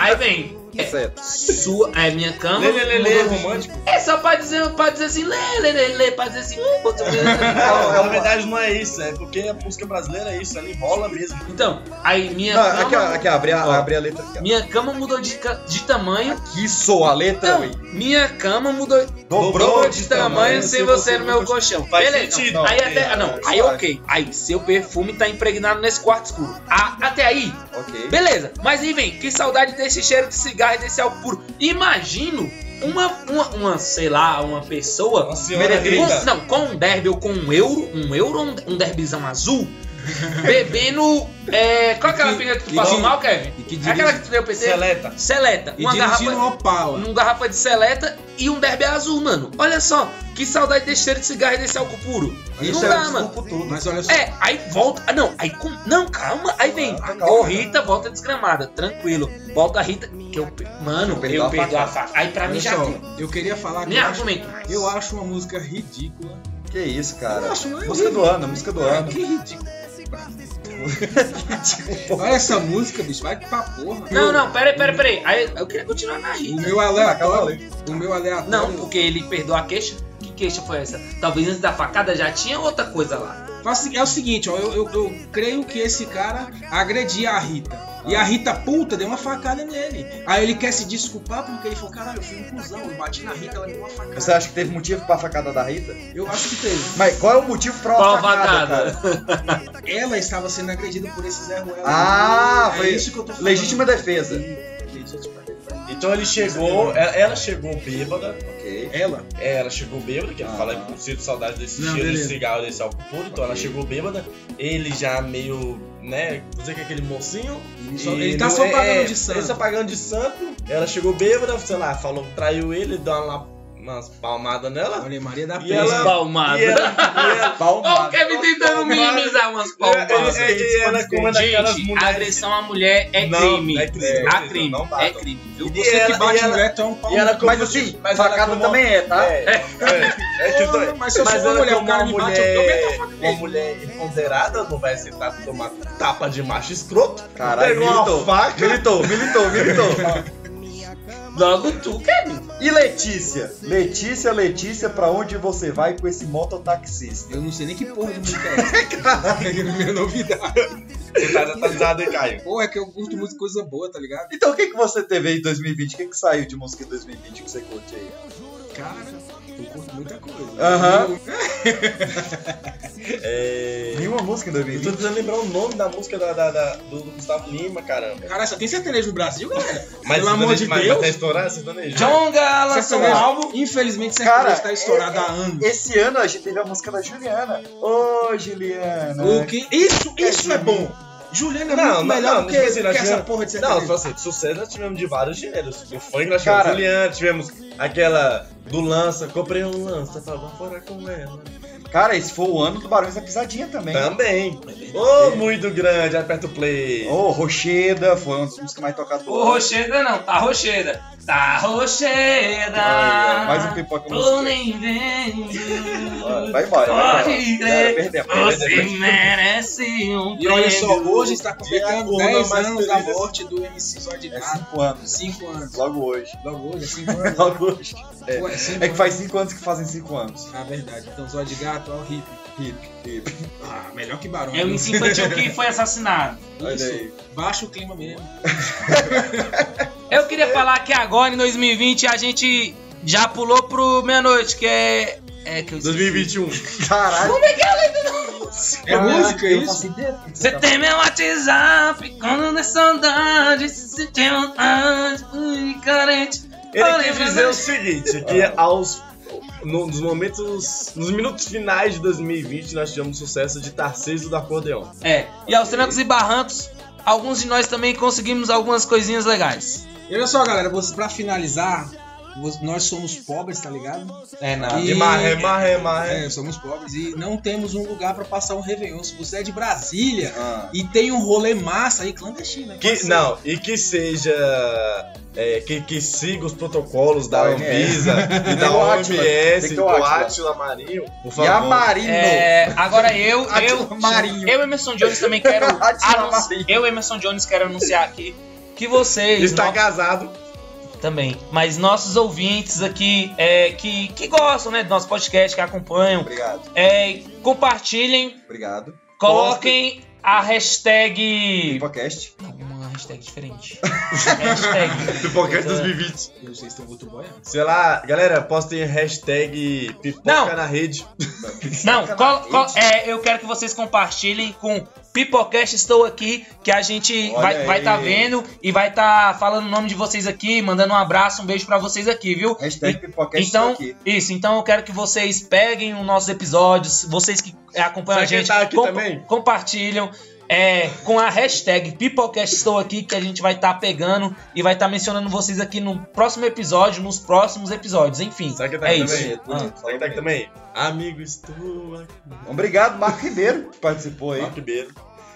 Speaker 1: Aí vem. É,
Speaker 2: Certo.
Speaker 1: sua, é minha cama.
Speaker 4: Lê, lê, lê, lê,
Speaker 1: mudou de-
Speaker 4: romântico.
Speaker 1: É só pra dizer, pra dizer assim, lê, lê, lê, lê, pra dizer assim, uh, outro-
Speaker 4: Não,
Speaker 2: é
Speaker 4: na
Speaker 2: uma-
Speaker 4: verdade não é isso, é porque a música brasileira é isso, ela enrola mesmo.
Speaker 1: Então, aí minha
Speaker 4: é
Speaker 2: Não,
Speaker 1: cama.
Speaker 2: aqui, ó, aqui, ó, abre a,
Speaker 1: Ó.
Speaker 2: abre a letra aqui.
Speaker 1: Minha cama mudou de, ca- de
Speaker 2: ó.
Speaker 1: tamanho.
Speaker 2: Aqui sou a
Speaker 4: Ah, tá,
Speaker 2: letra,
Speaker 1: Não,
Speaker 2: ué.
Speaker 1: minha cama mudou. Dobrou de tamanho sem você no meu colchão.
Speaker 4: Faz
Speaker 1: Beleza.
Speaker 4: sentido.
Speaker 1: Não, aí
Speaker 2: Não,
Speaker 1: até.
Speaker 2: é,
Speaker 1: ah, Não,
Speaker 2: é,
Speaker 1: aí
Speaker 2: claro.
Speaker 1: ok. Aí, seu perfume tá impregnado nesse quarto escuro. Ah, até aí,
Speaker 2: Ok.
Speaker 1: Beleza, mas aí vem, que saudade desse cheiro de cigarro e desse álcool puro. Imagino uma, uma, uma, sei lá, uma pessoa.
Speaker 4: Uma senhora
Speaker 1: com,
Speaker 4: grita.
Speaker 1: não, com um derby ou com um euro, um euro ou um, um derbizão azul, Bebendo. É, qual é aquela pinga que tu
Speaker 3: e
Speaker 1: passou
Speaker 3: que-
Speaker 1: mal, Kevin?
Speaker 3: e que dirige-
Speaker 1: É aquela que tu deu PT?
Speaker 3: Seleta.
Speaker 1: Seleta.
Speaker 3: E dirigindo uma Opala.
Speaker 1: Uma garrafa de seleta e um derby azul, mano. Olha só, que saudade desse cheiro de cigarro e desse álcool puro.
Speaker 3: é
Speaker 1: não dá, mano.
Speaker 3: Mas olha só.
Speaker 1: É, aí volta. Ah, não, aí com. Não, calma. Aí vem.
Speaker 4: Ah,
Speaker 1: Ô, Rita, volta desgramada. Tranquilo. Volta a Rita. Que eu. pe- Mano, eu,
Speaker 3: a
Speaker 1: perdo
Speaker 3: faca.
Speaker 1: a faca. Aí pra
Speaker 3: Olha
Speaker 1: mim já
Speaker 3: só,
Speaker 1: deu.
Speaker 3: Eu queria falar que
Speaker 1: Nem
Speaker 3: eu acho,
Speaker 1: argumento
Speaker 3: eu acho uma música ridícula.
Speaker 2: Que isso, cara.
Speaker 3: Eu acho uma
Speaker 2: música do
Speaker 3: horrível.
Speaker 2: ano, música do
Speaker 3: Ah,
Speaker 2: ano.
Speaker 3: Que ridículo. Olha essa música, bicho. Vai pra porra.
Speaker 1: Não, não, peraí, peraí, peraí. Aí, eu queria continuar na Rita.
Speaker 3: O meu aleatório. O meu aleatório.
Speaker 1: Não, porque ele perdoa a queixa. Que queixa foi essa? Talvez antes da facada já tinha outra coisa lá.
Speaker 3: Faz- É o seguinte, ó, eu, eu- eu creio que esse cara agredia a Rita. E a Rita puta deu uma facada nele. Aí ele quer se desculpar porque ele falou: caralho, eu fui um cuzão, eu bati na Rita, ela deu uma facada.
Speaker 2: Você acha que teve motivo pra facada da Rita?
Speaker 3: Eu acho que teve.
Speaker 2: Mas qual é o motivo pra uma facada, cara?
Speaker 3: Ela estava sendo agredida por esse Zé Ruela.
Speaker 2: Ah,
Speaker 3: É
Speaker 2: foi
Speaker 3: isso que eu tô falando.
Speaker 2: legítima defesa.
Speaker 4: Então ele chegou, ela, ela chegou bêbada.
Speaker 3: Ela?
Speaker 4: É, ela chegou bêbada,
Speaker 3: Ah.
Speaker 4: que ela fala que eu sinto saudade desse
Speaker 3: Não,
Speaker 4: cheiro,
Speaker 3: beleza.
Speaker 4: desse cigarro, desse álcool puro. Então ela chegou bêbada, ele já meio, né, dizer que é aquele mocinho.
Speaker 3: só-
Speaker 4: e
Speaker 3: ele tá
Speaker 4: não-
Speaker 3: só
Speaker 4: é,
Speaker 3: pagando de
Speaker 4: é,
Speaker 3: santo.
Speaker 4: Ele só pagando de santo. Ela chegou bêbada, sei lá, falou, traiu ele, deu uma, la- umas palmadas nela.
Speaker 3: Olha, Maria da
Speaker 4: e ela,
Speaker 1: Palmada.
Speaker 4: e ela- e ela-
Speaker 1: Ó,
Speaker 3: é
Speaker 1: o Kevin tentando
Speaker 4: palmada.
Speaker 1: minimizar umas palmadas.
Speaker 4: É, é, é, é, ela comendo aquelas
Speaker 1: Gente,
Speaker 4: mulheres-
Speaker 1: agressão à mulher é
Speaker 4: Não,
Speaker 1: crime.
Speaker 4: é crime,
Speaker 1: Há
Speaker 4: não
Speaker 1: crime.
Speaker 4: batam.
Speaker 1: É crime. viu?
Speaker 4: E
Speaker 1: Você que
Speaker 4: ela-
Speaker 1: bate
Speaker 4: e ela-
Speaker 1: mulher,
Speaker 3: tu é um pau.
Speaker 4: e ela
Speaker 2: Mas
Speaker 4: como-
Speaker 2: assim,
Speaker 4: mas ela
Speaker 2: facada
Speaker 4: como-
Speaker 2: também é, tá?
Speaker 4: É, é, é que
Speaker 3: Porra,
Speaker 4: dói.
Speaker 3: mas se eu sou uma
Speaker 4: ela
Speaker 3: mulher,
Speaker 4: como
Speaker 3: o cara
Speaker 4: uma
Speaker 3: me bate, eu- eu meto a
Speaker 4: mulher- Uma mulher empoderada não vai aceitar tomar tapa de macho escroto.
Speaker 2: Caralho,
Speaker 4: Pegou uma
Speaker 2: militou,
Speaker 4: faca.
Speaker 2: militou, militou, militou.
Speaker 1: Logo tu, Kevin.
Speaker 2: E Letícia? Letícia, Letícia, pra onde você vai com esse mototaxista?
Speaker 3: Eu não sei nem que porra de música é essa.
Speaker 2: Caralho,
Speaker 3: minha novidade.
Speaker 4: Você tá desatualizado, hein, Caio?
Speaker 3: Pô, é que eu curto muito coisa boa, tá ligado?
Speaker 2: Então o que, que você teve aí em 2020? O que, que saiu de música em 2020 que você curte aí?
Speaker 3: Cara, eu curto muita coisa.
Speaker 2: Aham.
Speaker 4: É...
Speaker 2: Nenhuma música em
Speaker 4: Eu
Speaker 2: 2020.
Speaker 4: tô tentando lembrar o nome da música da, da- da- do, do Gustavo Lima, caramba.
Speaker 3: Caralho, só tem sertanejo no Brasil, galera.
Speaker 4: Mas
Speaker 3: Pelo amor de
Speaker 4: sertanejo- mas-
Speaker 3: Deus.
Speaker 4: mas tá estourado sertanejo.
Speaker 3: Jonga
Speaker 2: lançou um álbum.
Speaker 3: Infelizmente, sertanejo
Speaker 2: Cara,
Speaker 3: está estourado há anos.
Speaker 2: Esse ano a gente teve a música da Juliana. Ô,
Speaker 1: é.
Speaker 2: Juliana.
Speaker 3: O que? Isso, isso é bom. Juliana é muito melhor do que,
Speaker 4: tipo assim,
Speaker 3: que
Speaker 4: nós
Speaker 3: essa
Speaker 4: tivemos-
Speaker 3: porra de
Speaker 4: Não,
Speaker 3: sertanejo.
Speaker 4: tipo assim, sucesso nós tivemos de vários gêneros. O funk nós tivemos
Speaker 2: Cara.
Speaker 4: Juliana, tivemos aquela do lança, comprei um lança, tava fora com ela.
Speaker 2: Cara, esse foi o ano do Barões da Pisadinha também.
Speaker 4: Também. Ô, muito grande, aperta o play.
Speaker 2: Ô, Rocheda, foi uma das músicas mais tocadas do
Speaker 1: Ô,
Speaker 2: ano.
Speaker 1: Rocheda não, tá Rocheda. Tá Rocheda.
Speaker 2: Mais um pipoca
Speaker 1: Tô
Speaker 2: musical.
Speaker 1: nem vendo.
Speaker 2: Vai embora, vai
Speaker 1: Pode
Speaker 2: embora.
Speaker 1: crer,
Speaker 2: Cara, perdemos,
Speaker 1: Você
Speaker 2: perdemos.
Speaker 1: merece um
Speaker 3: E olha
Speaker 1: prêmio.
Speaker 3: só, hoje está completando
Speaker 2: Diego,
Speaker 3: 10
Speaker 2: mas
Speaker 3: anos da
Speaker 2: feliz.
Speaker 3: morte do MC Zó de Gato.
Speaker 2: 5 É anos.
Speaker 3: 5 anos.
Speaker 2: Logo hoje.
Speaker 3: Logo hoje, é 5 anos.
Speaker 2: Logo hoje.
Speaker 3: Pô, é cinco
Speaker 2: É, é que faz 5 anos que fazem 5 anos.
Speaker 3: Ah, verdade. Então, Zó de Gato, ó, o hip.
Speaker 2: Hip, hip.
Speaker 3: Ah, melhor que Barão.
Speaker 1: É o MC infantil que foi assassinado.
Speaker 2: Olha
Speaker 3: Isso.
Speaker 2: aí.
Speaker 3: Baixa o clima mesmo.
Speaker 1: Eu queria falar que agora, em 2020, a gente já pulou pro meia-noite, que é. É que eu esqueci.
Speaker 4: 2021.
Speaker 2: Caralho.
Speaker 1: Como é que é a letra da música?
Speaker 2: Ah,
Speaker 3: É música, é isso?
Speaker 1: Você
Speaker 2: tá
Speaker 1: tem meu WhatsApp, quando é saudade, se tem um anjo, um carente.
Speaker 4: Ele
Speaker 1: Olha,
Speaker 4: quis dizer o seguinte, que aos no- nos momentos, nos minutos finais de 2020 nós tivemos sucesso de Tarcísio do acordeão.
Speaker 1: É, e aos trancos e barrancos, alguns de nós também conseguimos algumas coisinhas legais.
Speaker 3: E olha só, galera, você- pra finalizar, vo- nós somos pobres, tá ligado?
Speaker 1: É,
Speaker 3: nada.
Speaker 4: De marré, marré, marré.
Speaker 3: É, somos pobres e não temos um lugar pra passar um Réveillon. Se você é de Brasília
Speaker 2: Ah.
Speaker 3: e tem um rolê massa aí, clandestino. né?
Speaker 4: Que,
Speaker 3: Passa-
Speaker 4: não, e que seja. é, que, que siga os protocolos da
Speaker 2: Da OMS.
Speaker 4: Anvisa e da
Speaker 2: Do Átila. Tem
Speaker 4: OMS,
Speaker 2: que ter
Speaker 4: do
Speaker 2: o Átila.
Speaker 4: Átila Marinho, por
Speaker 2: E
Speaker 4: favor.
Speaker 2: a Marino.
Speaker 1: É, agora eu,
Speaker 2: Atila
Speaker 1: eu,
Speaker 2: Marinho.
Speaker 1: eu, Emerson Jones também quero,
Speaker 2: Atila
Speaker 1: anun-
Speaker 2: Marinho.
Speaker 1: eu, Emerson Jones quero anunciar aqui que vocês
Speaker 4: Está
Speaker 1: no-
Speaker 4: casado.
Speaker 1: também, mas nossos ouvintes aqui é, que que gostam, né, do nosso podcast, que acompanham,
Speaker 2: Obrigado,
Speaker 1: é, compartilhem,
Speaker 2: obrigado.
Speaker 1: coloquem a hashtag,
Speaker 2: Podcast.
Speaker 1: uma hashtag diferente, hashtag
Speaker 4: Pipocast 2020.
Speaker 3: Eu não sei se tem outro boy. né?
Speaker 4: Sei lá, galera, postem hashtag pipoca
Speaker 1: Não.
Speaker 4: na rede.
Speaker 1: Não, col- col- é, eu quero que vocês compartilhem com Pipocast Estou Aqui, que a gente
Speaker 2: Olha
Speaker 1: vai
Speaker 2: aí.
Speaker 1: vai tá vendo e vai tá falando o nome de vocês aqui, mandando um abraço, um beijo pra vocês aqui, viu?
Speaker 2: Hashtag Pipocast
Speaker 1: Então,
Speaker 2: aqui.
Speaker 1: isso, então eu quero que vocês peguem os nossos episódios, vocês que é, acompanham a
Speaker 4: Será que
Speaker 1: gente.
Speaker 4: ele tá aqui
Speaker 1: compa-
Speaker 4: também?
Speaker 1: Compartilham. é, com a hashtag Pipocast Estou Aqui, que a gente vai estar pegando e vai estar mencionando vocês aqui no próximo episódio, nos próximos episódios, enfim.
Speaker 4: Será que tá
Speaker 1: é
Speaker 4: aqui
Speaker 1: isso.
Speaker 4: também?
Speaker 2: Ah,
Speaker 4: Será que tá aqui também? Amigo, estou aqui.
Speaker 2: Obrigado, Marco Ribeiro, que participou aí. Marco
Speaker 4: Ribeiro.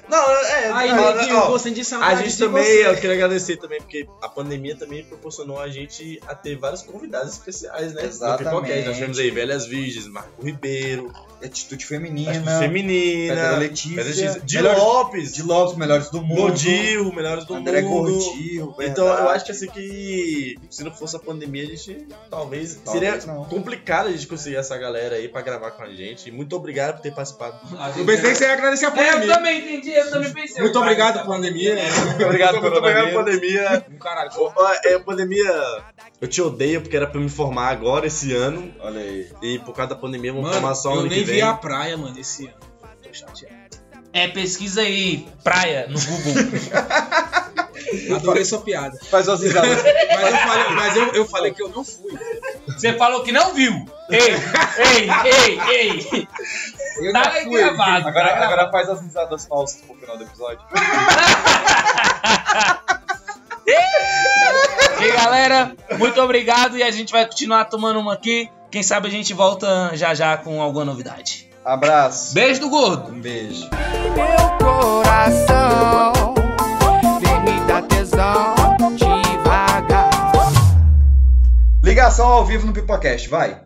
Speaker 4: Não, é.
Speaker 2: Aí,
Speaker 4: não,
Speaker 2: neguinho,
Speaker 4: ó,
Speaker 2: eu vou sentir
Speaker 4: A
Speaker 2: saudade
Speaker 4: gente
Speaker 2: tá de
Speaker 4: também, é-
Speaker 2: você.
Speaker 4: eu queria agradecer também, porque a pandemia também proporcionou a gente a ter vários convidados especiais, né?
Speaker 2: Exatamente.
Speaker 4: No Pipocast. Nós tivemos aí Velhas Virgens, Marco Ribeiro.
Speaker 2: É Atitude Feminina.
Speaker 4: Atitude Feminina.
Speaker 2: Pedra Letícia.
Speaker 4: Pedra De
Speaker 2: Melhores-
Speaker 4: Lopes.
Speaker 2: De Lopes, melhores do mundo.
Speaker 4: Godil, melhores do
Speaker 2: André
Speaker 4: mundo.
Speaker 2: Gordil,
Speaker 4: Então
Speaker 2: verdade.
Speaker 4: eu acho que assim que se não fosse a pandemia, a gente talvez,
Speaker 2: Talvez
Speaker 4: seria
Speaker 2: não.
Speaker 4: complicado a gente conseguir essa galera aí pra gravar com a gente. E muito obrigado por ter participado. É,
Speaker 3: Eu
Speaker 1: é-
Speaker 3: pensei que você ia agradecer a pandemia.
Speaker 1: eu também entendi, eu também pensei.
Speaker 3: Muito obrigado, pandemia.
Speaker 4: Muito obrigado, muito obrigado, pandemia.
Speaker 3: Caralho.
Speaker 4: Opa, é, pandemia. Eu te odeio porque era pra me formar agora esse ano. Olha aí. E por causa da pandemia, vamos
Speaker 3: Mano,
Speaker 4: formar só
Speaker 3: eu
Speaker 4: ano que
Speaker 3: nem
Speaker 4: vem.
Speaker 3: vi a praia, mano, esse ano. Tô chateado.
Speaker 1: É, pesquisa aí, praia, no Google.
Speaker 3: Adorei sua piada.
Speaker 2: Faz umas risadas.
Speaker 3: mas eu falei, mas eu, eu falei que eu não fui.
Speaker 1: Você falou que não viu. Ei, ei, ei, ei.
Speaker 2: Eu
Speaker 1: Tá
Speaker 2: já
Speaker 1: aí gravado,
Speaker 2: Agora,
Speaker 1: tá gravado.
Speaker 2: agora faz as risadas falsas pro final do episódio.
Speaker 1: E galera, muito obrigado e a gente vai continuar tomando uma aqui. Quem sabe a gente volta já já com alguma novidade.
Speaker 2: Abraço.
Speaker 1: Beijo do gordo.
Speaker 2: Um beijo.
Speaker 6: Meu coração vem me dar tesão devagar.
Speaker 2: Ligação ao vivo no Pipocast, vai.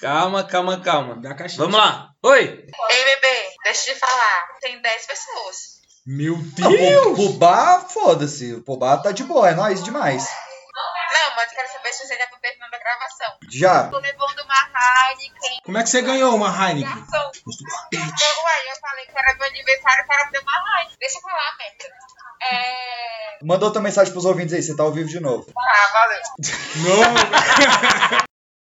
Speaker 1: Calma, calma, calma. Vamos lá. Oi.
Speaker 5: Ei, bebê, deixa eu te falar. Tem 10 pessoas.
Speaker 2: Meu Deus! Pubá, foda-se. O Pubá tá de boa, é nóis demais.
Speaker 5: Não, mas eu quero saber se você já tá terminando a gravação.
Speaker 2: Já.
Speaker 5: Tô levando uma Heineken.
Speaker 3: Como é que você ganhou uma Heineken?
Speaker 5: Garçom. Uai, eu falei que era meu aniversário, o cara me deu uma Heineken. Deixa eu falar, É, merda. É...
Speaker 1: Ah,
Speaker 2: Mandou outra mensagem pros ouvintes aí, você tá ao vivo de novo.
Speaker 5: Tá, valeu.
Speaker 2: Não!